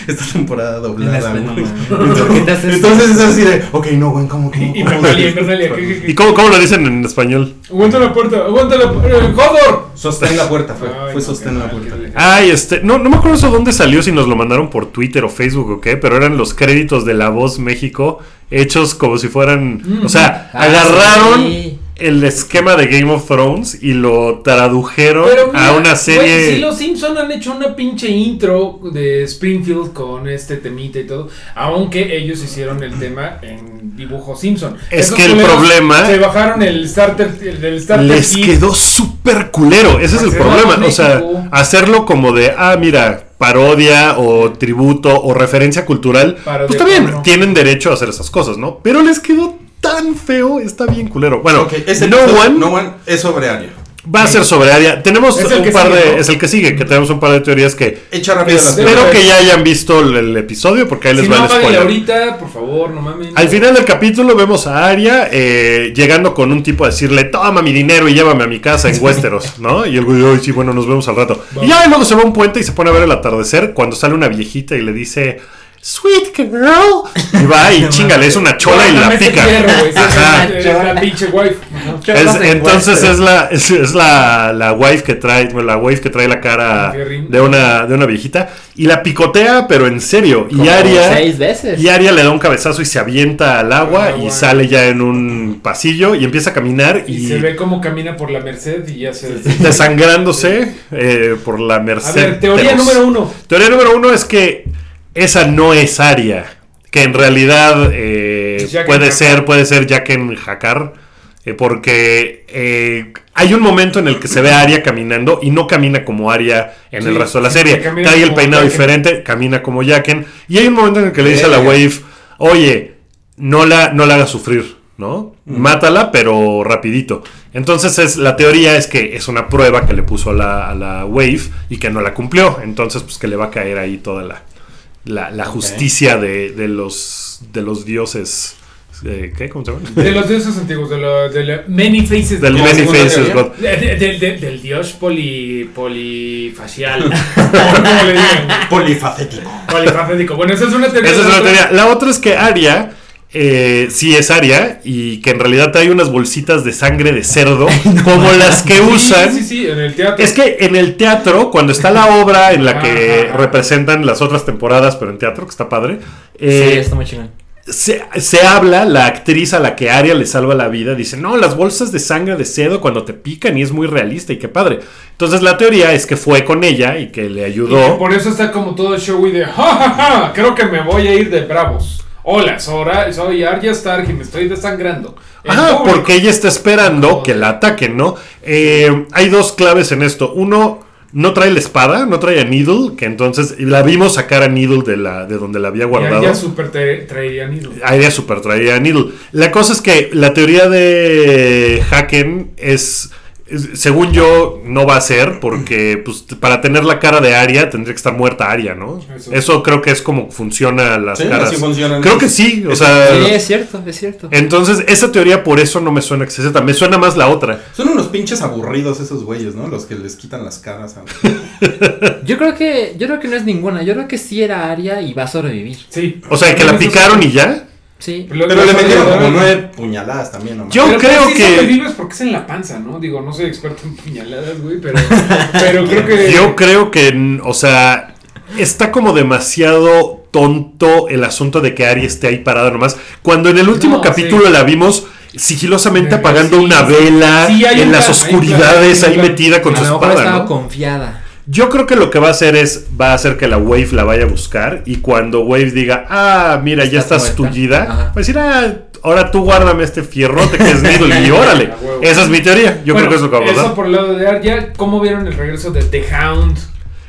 esta temporada doblada.
En las-
güey.
no, no, no. ¿Por qué te haces-
Entonces es así de, ok, no, one, ¿cómo que?
Y Natalia, Natalia, ¿qué,
¿Y
qué, qué?
cómo, cómo lo dicen en español?
Aguanta la puerta, aguanta la eh, puerta. ¡Jodor!
Sostén la puerta, fue,
Ay,
fue
no,
sostén
qué
la
mal,
puerta.
qué legal.
Ay, este, no, no me acuerdo eso dónde salió, si nos lo mandaron por Twitter o Facebook o qué, pero eran los créditos de La Voz México hechos como si fueran, o sea,
Mm,
Ah,
agarraron
sí.
el esquema de Game of Thrones y lo tradujeron
Pero mira,
a una
güey,
serie.
si los Simpson han hecho una pinche intro de Springfield con este temita y todo, aunque ellos hicieron el tema en dibujo Simpson.
Es
Esos
que el
culeros
problema-
se bajaron el starter, el del starter
Les
kit.
quedó súper culero, ese es el
Hacerlo en
problema. O sea,
México.
hacerlo como de, ah, mira, parodia o tributo o referencia cultural.
Parodia,
pues también
¿cómo no?
tienen derecho a hacer esas cosas, ¿no? Pero les quedó tan feo, está bien culero. Bueno,
Ok, ese
no,
episodio,
one,
no one es sobre Aria.
Va a ser sobre área. Tenemos
Es el
un
que
par
sigue,
de.
¿no?
Es el que sigue, que tenemos un par de teorías que.
Echa rápido la
Espero que ya hayan visto el, el episodio, porque ahí les
Si
va
no
el
apaguen
spoiler.
ahorita, por favor, no mames.
Al final del capítulo vemos a Aria eh, llegando con un tipo a decirle: Toma mi dinero y llévame a mi casa en Westeros, ¿no? Y el güey, "Ay, sí, bueno, nos vemos al rato. Y ya luego se va a un puente y se pone a ver el atardecer cuando sale una viejita y le dice: Sweet girl. Y va y chingale, es una chola y la
Dame ese
pica.
fierro, güey, sí,
Ajá.
es la- es la pinche wife. Ajá.
Es- entonces es la es, es la, la wife que trae bueno, la wife que trae la cara
Con fierrín.
de una de una viejita y la picotea pero en serio y
Como
Aria
Seis veces.
y Aria le da un cabezazo y se avienta al agua
Al agua.
y sale ya en un pasillo y empieza a caminar
Y
y,
se ve cómo camina por la Merced y ya se.
desangrándose eh, por la
A
merced.
ver, teoría
de los-
número uno.
Teoría número uno es que esa no es Aria. Que en realidad eh,
Es Jaqen
puede
H'ghar.
ser, puede ser Jaqen Hakar. porque eh, hay un momento en el que se ve a Aria caminando y no camina como Aria en
Sí,
el resto de la
sí,
serie.
camina
Trae el
como
peinado
Jaqen.
diferente, camina como Jaqen. Y hay un momento en el que le dice a la
Verga.
Wave, oye, no la, no la hagas sufrir, ¿no? Mátala, pero rapidito. Entonces es, la teoría es que es una prueba que le puso a la, a la Wave y que no la cumplió. Entonces, pues que le va a caer ahí toda la, la, la justicia de, de los, de los dioses. eh, ¿Qué? ¿Cómo se llaman?
De los dioses antiguos, de, lo- de la- Many Faces.
Del
God.
la
Many
segunda
Faces
teoría.
God.
De- de- del- del- del dios poli, polifacial. ¿Cómo le digan?
Polifacético.
Polifacético. Bueno, esa es una teoría.
Esa es
La
una
otra-
teoría. La otra es que Aria eh, sí es Aria y que en realidad trae unas bolsitas de sangre de cerdo como las que
Sí,
usan.
Sí, sí, en el teatro.
Es que en el teatro, cuando está la obra en la que
Ajá.
representan las otras temporadas, pero en teatro, que está padre,
Sí,
eh,
está muy chingón.
se, se habla, la actriz a la que Aria le salva la vida, dice, no, las bolsas de sangre de cedo cuando te pican y es muy realista y qué padre. Entonces la teoría es que fue con ella y que le
Y que
ayudó.
por eso está como todo showy de ja, ja, ja, creo que me voy a ir de bravos. Hola, Sora, soy Arya Stark y me estoy desangrando. En
Ajá,
público.
porque ella está esperando que la ataquen, ¿no? Eh, hay dos claves en esto. Uno, no trae la espada, no trae a Needle, que entonces la vimos sacar a Needle de, la, de donde la había
Y
guardado.
Arya super te- traería nido.
Aria super traía a Needle. La cosa es que la teoría de Haken es, es- según yo, no va a ser, porque pues, t- para tener la cara de Aria tendría que estar muerta Aria, ¿no?
Eso.
Eso, creo que es como funciona las
Sí,
caras.
así funcionan.
Creo que sí, o
eh,
sea.
Sí, es cierto, es cierto.
Entonces, esa teoría por eso no me suena excesiva, me suena más la otra.
Son unos pinches aburridos esos güeyes, ¿no? Los que les quitan las caras. a-
Yo creo que yo creo que no es ninguna. Yo creo que sí era Aria y va a sobrevivir.
Sí.
O sea, que la
Eso sí.
picaron y ya.
Sí.
Lo-
Pero
lo-
le metieron
lo-
como nueve puñaladas también, nomás.
Yo
Pero
creo
sí
que.
sobrevives porque es en la panza, ¿no? Digo, no soy experto en puñaladas, güey, pero, pero creo que.
Yo creo que. n- O sea, está como demasiado tonto el asunto de que Ari esté ahí parada nomás. Cuando en el último
No,
capítulo la vimos sigilosamente
Pero
apagando
sí,
una
sí.
vela
Sí, hay
en
un
las
plan, hay un
oscuridades
plan,
ahí
hay un plan.
metida con
a
su
lo mejor
espada,
estaba
¿no?
confiada.
Yo creo que lo que va a hacer es, va a hacer que la Wave la vaya a buscar y cuando Wave diga, ah, mira, ya
Estás
estás
muerta".
tullida,
Ajá.
va a decir, ah, ahora tú guárdame este fierrote que es Needle y órale.
A huevo.
Esa es mi teoría. Yo creo
Bueno,
que es lo que va a pasar.
Eso por el lado de Arya. ¿Cómo vieron el regreso de The Hound?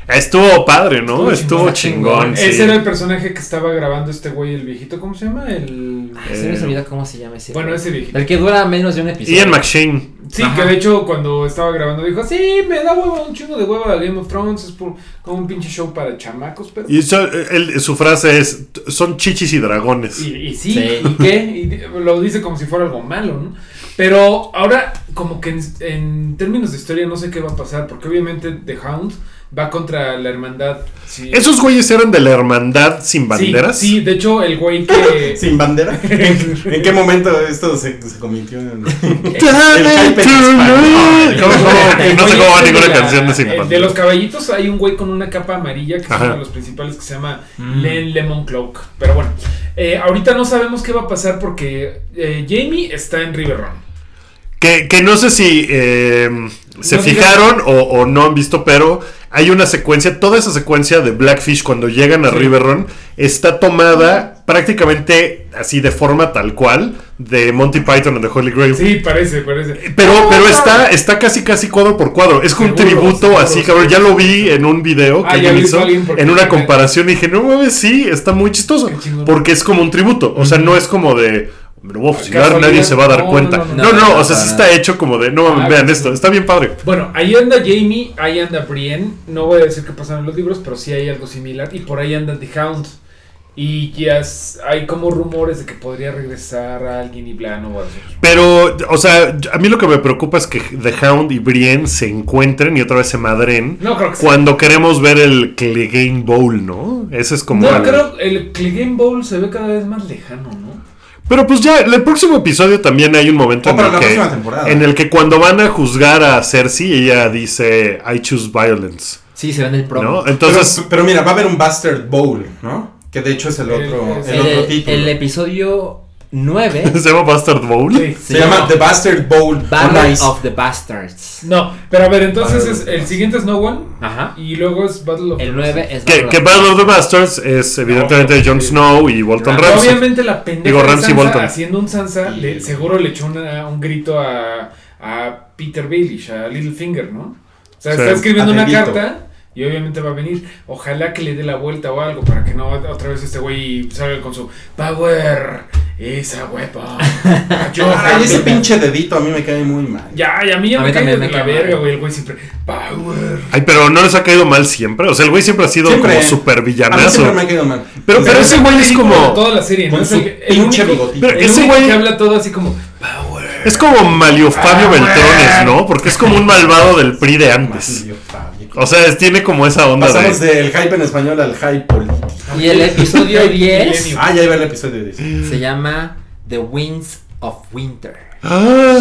Estuvo padre, ¿no?
Estuvo
Estuvo
chingón,
chingón. sí.
Ese era el personaje que estaba grabando este güey, el viejito. ¿Cómo se llama? El.
Ay, Ah, Se me
Eh,
olvida cómo se llama ese.
Bueno, ese viejito.
El que dura menos de un episodio.
Ian McShane.
Sí,
Ajá.
que de hecho cuando estaba grabando dijo, sí, me da hueva, un chingo de hueva Game of Thrones, es por, como un pinche show para chamacos, pero...
Y eso, eh, él- su frase es, son chichis y dragones.
Y, y sí,
Sí.
¿y qué? Y de- lo dice como si fuera algo malo, ¿no? Pero ahora, como que en, en términos de historia, no sé qué va a pasar, porque obviamente The Hound va contra la hermandad. Sí.
Esos güeyes eran de la hermandad sin
Sí,
banderas.
Sí, de hecho, el güey que.
¿Sin bandera? ¿En, en qué momento esto se, se convirtió en.?
Dame
El hype
tu
expandió.
luz. ¿Cómo, cómo? No sé
Oye,
cómo va
este de
ninguna
la-
canción de sin
eh, De
banderas.
los caballitos hay un güey con una capa amarilla que es
Ajá.
uno de los principales que se llama Len Lemon Cloak. Pero bueno, eh, ahorita no sabemos qué va a pasar porque eh, Jamie está en Riverrun.
Que, que no sé si eh, se
No sé.
fijaron o, o no han visto, pero hay una secuencia, toda esa secuencia de Blackfish cuando llegan a
Sí.
Riverrun está tomada prácticamente así de forma tal cual de Monty Python and the Holy Grail.
Sí, parece, Ah, parece.
Eh, Pero, pero está, está casi casi cuadro por cuadro. Es como un
Seguro,
tributo
seguro,
así, cabrón. Ya lo vi en un video que
Ah, ya
alguien
vi
hizo,
alguien porque-
en una comparación y dije, no mames, sí, está muy chistoso.
Qué chingón.
Porque es como un tributo. O sea, no es como de. Me lo voy a fusilar,
Casualidad.
nadie se va a dar
No,
cuenta.
no,
No,
no,
no,
no, no,
o sea,
para
sí
nada.
está hecho como de, no mames,
Ah,
vean
sí.
esto, está bien padre.
Bueno, ahí anda Jamie, ahí anda Brienne. No voy a decir qué pasa en los libros, pero sí hay algo similar. Y por ahí anda The Hound. Y ya es- hay como rumores de que podría regresar alguien y bla, no va a ser.
Pero, o sea, yo- a mí lo que me preocupa es que The Hound y Brienne se encuentren y otra vez se madren.
No creo que sea.
Cuando queremos ver el Cle- Game Bowl, ¿no? Ese es como.
No,
el-
creo el Cle- Game Bowl se ve cada vez más lejano, ¿no?
Pero pues ya, en el próximo episodio también hay un momento
O
en,
para
el
la próxima
que,
temporada.
en el que cuando van a juzgar a Cersei, ella dice, I choose violence,
Sí, se ve en el promo.
¿no?
Pero-
Entonces,
pero, mira, va a haber un Bastard Bowl, ¿no? Que de hecho es el
El-
otro,
es
el,
El,
otro título.
el episodio 9
¿se llama Bastard Bowl?
se llama The Bastard Bowl.
Battle
Nice.
of the Bastards.
No, pero a ver, entonces
Battle of
es-
the
el
Bastards.
siguiente es No One
Ajá.
y luego es Battle of the
El 9
Bastards.
es
Que, que Battle of the Bastards es evidentemente Jon Snow y Bolton
Pero
Ramsay.
Obviamente la pendeja
Digo,
de
Ramsay
Sansa
Bolton.
haciendo un Sansa le- seguro le echó una- un grito a, a Peter Baelish, a Littlefinger, ¿no? O sea,
Sí.
está escribiendo
A
una
Bendito.
carta y obviamente va a venir. Ojalá que le dé la vuelta o algo para que no otra vez este güey salga con su Power, esa huepa. Yo,
Ay, ah, ese pinche dedito a mí me cae muy mal.
Ya, y a mí ya
A
me
mí
cae de
también
la
me cae mal.
verga, güey. El güey siempre, Power.
Ay, pero no les ha caído mal siempre. O sea, el güey siempre ha sido
Siempre.
como súper
A mí siempre
villanazo.
me ha quedado mal.
Pero, pero ese güey es
ridículo de
como.
Toda la serie, ¿no?
Con
Es
su
el, el
pinche
único-
bigotito.
el
Ese
único
güey-
que habla todo así como,
Es como Malio Fabio
Ah,
Beltrones,
güey.
¿no? Porque es como un malvado del PRI de
Más
antes.
idiota, viejo.
O sea, es- tiene como esa onda
Pasamos
de.
del hype en español al hype político.
Y el episodio 10
Milenio.
Ah, ya iba el episodio 10.
se llama The Winds of Winter.
Ah.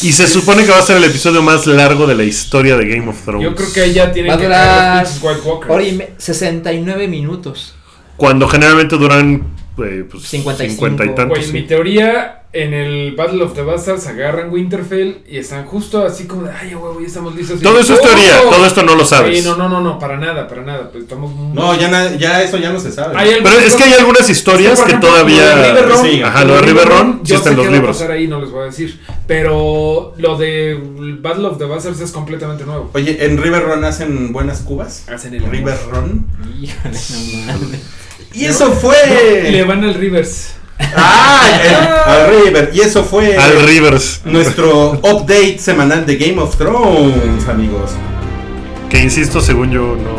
Y se supone que va a ser el episodio más largo de la historia de Game of Thrones.
Yo creo que ahí ya tienen
Va a
que caer
durar
los pinches White Walkers.
hora y me- 69 minutos.
Cuando generalmente duran. eh, pues,
55.
50 y tantos.
Güey,
sí.
mi teoría, en el Battle of the Bastards agarran Winterfell y están justo así como de, ay, huevo, ya estamos listos.
Todo
Y-
eso es teoría,
¡Oh!
todo esto no lo sabes.
Sí, no, no, no, no, para nada, para nada. Pues estamos muy-
No, ya, na- ya eso ya no se sabe.
Hay
Pero es que hay algunas historias
por
que
ejemplo,
todavía.
Lo de River Run,
Sí,
Ajá, lo de River Run sí
yo
está
sé
en los
qué
libros.
Va a pasar ahí, no les voy a decir. Pero lo de Battle of the Bastards es completamente nuevo.
Oye, ¿en River Run hacen buenas cubas?
Hacen el
¿En River Run?
Híjole, no mames.
¡Y eso
Le
fue!
van al Rivers.
¡Ah! eh, Al River. Y eso fue
Al Rivers.
nuestro update semanal de Game of Thrones, amigos.
Que insisto, según yo, no.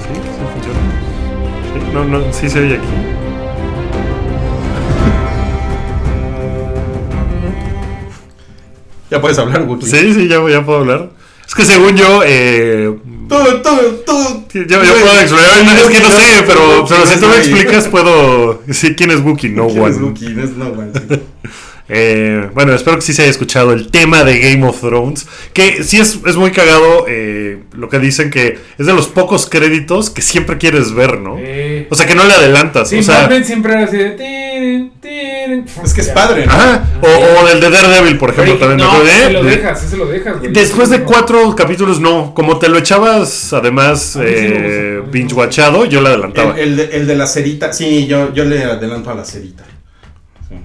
¿Sí? ¿Sí funciona? Sí, no, no, sí se oye aquí.
Ya puedes hablar, Wookie.
Sí, sí, ya, ya puedo hablar. Es que según yo, eh.
Tú, tú, tú.
Yo, yo puedo explorar, no, es que no sé, pero, pero si tú me explicas puedo sí quién es Wookie, no
¿Quién es
one.
Wookie? No es no one. sí.
Eh, bueno, espero que sí se haya escuchado el tema de Game of Thrones, que sí es, es muy cagado eh, lo que dicen que es de los pocos créditos que siempre quieres ver, ¿no?
Eh,
O sea, que no le adelantas,
sí,
o sea...
Marvel siempre era así de. "Tirin, tirin".
Es que es
Ya.
padre, ¿no?
Ajá, o, o del de Daredevil, por ejemplo,
Pero,
también. me
no,
acuerdo,
ese
¿eh?
lo
De-
dejas, ese lo dejas, güey.
Después de
No.
cuatro capítulos, no. Como te lo echabas, además,
A mí sí me
eh,
gusta, a mí sí me
binge
gusta.
watchado, yo le adelantaba.
El, el de, el de la cerita. Sí, yo, yo le adelanto a la cerita.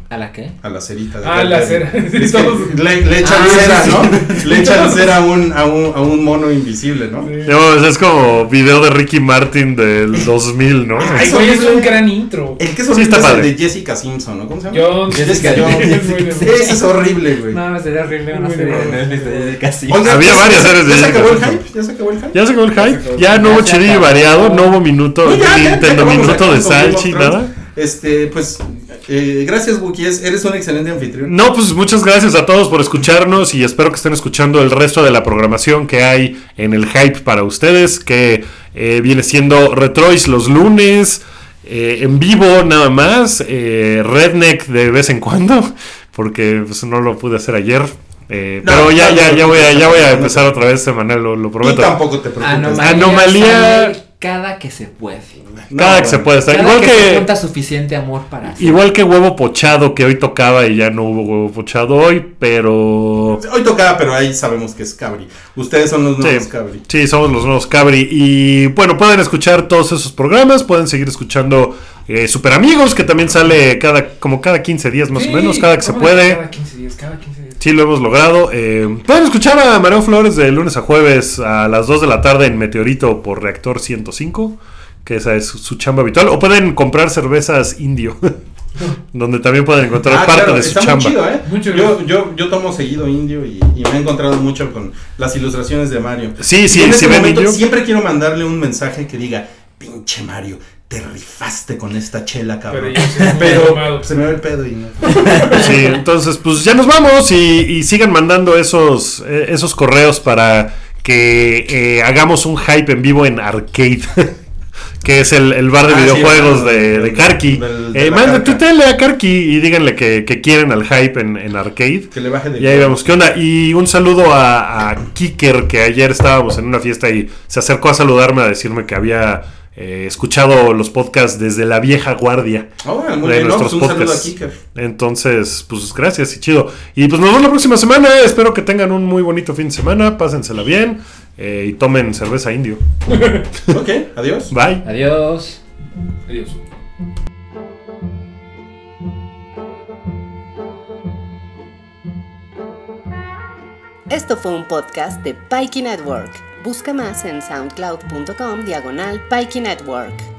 ¿A la qué?
A la cerita. de
Ah, la cera.
Es que le, le echan
Ah,
cera,
sí,
¿no? Le echan cera a un, a un, a un mono invisible, ¿no?
Sí.
No, o sea, es como video de Ricky Martin del 2000, ¿no?
Ay,
Ay, güey, es un gran intro.
El que es
Sí,
horrible
está
es el
padre.
de Jessica Simpson, ¿no? ¿Cómo se llama?
John
Jessica Jones. Ese es horrible, güey.
No, sería horrible
una serie de Netflix
casi.
Oiga,
Había
¿ya se-
varias series de
¿Ya se
Jessica
acabó el
Simpson.
hype? ¿Ya se acabó el hype?
Ya se acabó el
Ya se
hype,
acabó.
ya no
Ya
hubo
se
chidillo y
acabó.
variado, no hubo minuto,
No, ya, ya, ya
Nintendo
acabamos
minuto
acá
de
con Game of
Salchi,
Thrones.
nada.
Este, pues, eh, gracias, Wookie. es- Eres un excelente anfitrión.
No, pues muchas gracias a todos por escucharnos y espero que estén escuchando el resto de la programación que hay en el hype para ustedes, que eh, viene siendo Retrois los lunes, eh, en vivo nada más, eh, Redneck de vez en cuando, porque pues, no lo pude hacer ayer. eh,
No,
pero ya,
no,
ya,
no,
ya,
no,
voy a,
no,
ya
no,
voy a
no,
empezar
no.
otra vez semanal, lo, lo
Y
prometo.
tampoco te preocupes.
Anomalía.
Anomalía.
sale Cada que se puede.
No,
Cada que se
bueno.
puede estar.
Cada
Igual
que, se
que,
cuenta suficiente amor para hacer.
igual que huevo pochado que hoy tocaba y ya no hubo huevo pochado hoy, pero...
Hoy tocaba, pero ahí sabemos que es Cabri. Ustedes son los nuevos
Sí.
Cabri.
Sí, somos los nuevos Cabri. Y bueno, pueden escuchar todos esos programas, pueden seguir escuchando eh, Super Amigos, que también sale cada como cada 15 días más
Sí,
o menos, cada que se
¿cómo
puede.
Cada 15 días, cada 15 días.
Sí, lo hemos logrado. Eh, pueden escuchar a Mareo Flores de lunes a jueves a las 2 de la tarde en Meteorito por Reactor 105, que esa es su chamba habitual. O pueden comprar cervezas indio, donde también pueden encontrar
Ah,
parte
claro,
de su
está
chamba.
muy chido, ¿eh?
Mucho
yo, yo, yo tomo seguido indio y, y me he encontrado mucho con las ilustraciones de Mario.
Sí,
Y
sí,
en
si
este
ven
momento
indio.
siempre quiero mandarle un mensaje que diga, pinche Mario, te rifaste con esta chela,
Pero
cabrón.
yo soy muy
Pero,
amado.
se me va el pedo y no.
Sí, entonces, pues ya nos vamos y, y sigan mandando esos, eh, esos correos para que eh, hagamos un hype en vivo en Arcade. Que es el, el bar de
Ah, sí,
videojuegos
el-
de, de
el-
Karki.
del- de
Eh,
la
mande,
carca.
tuítenle a Karki y díganle que, que quieren al hype en, en arcade.
Que le baje de.
Y ahí vemos qué onda. Y un saludo a, a Kicker, que ayer estábamos en una fiesta y se acercó a saludarme, a decirme que había eh, escuchado los podcasts desde la vieja guardia
Ahora, muy
de
bien, no,
nuestros
pues un saludo a
podcasts.
Kicker.
Entonces, pues gracias y chido. Y pues nos vemos la próxima semana. Espero que tengan un muy bonito fin de semana. Pásensela bien eh, y tomen cerveza indio.
Ok, adiós.
Bye.
Adiós.
Adiós.
Esto fue un podcast de Pikey Network. Busca más en soundcloud.com diagonal Pikey Network.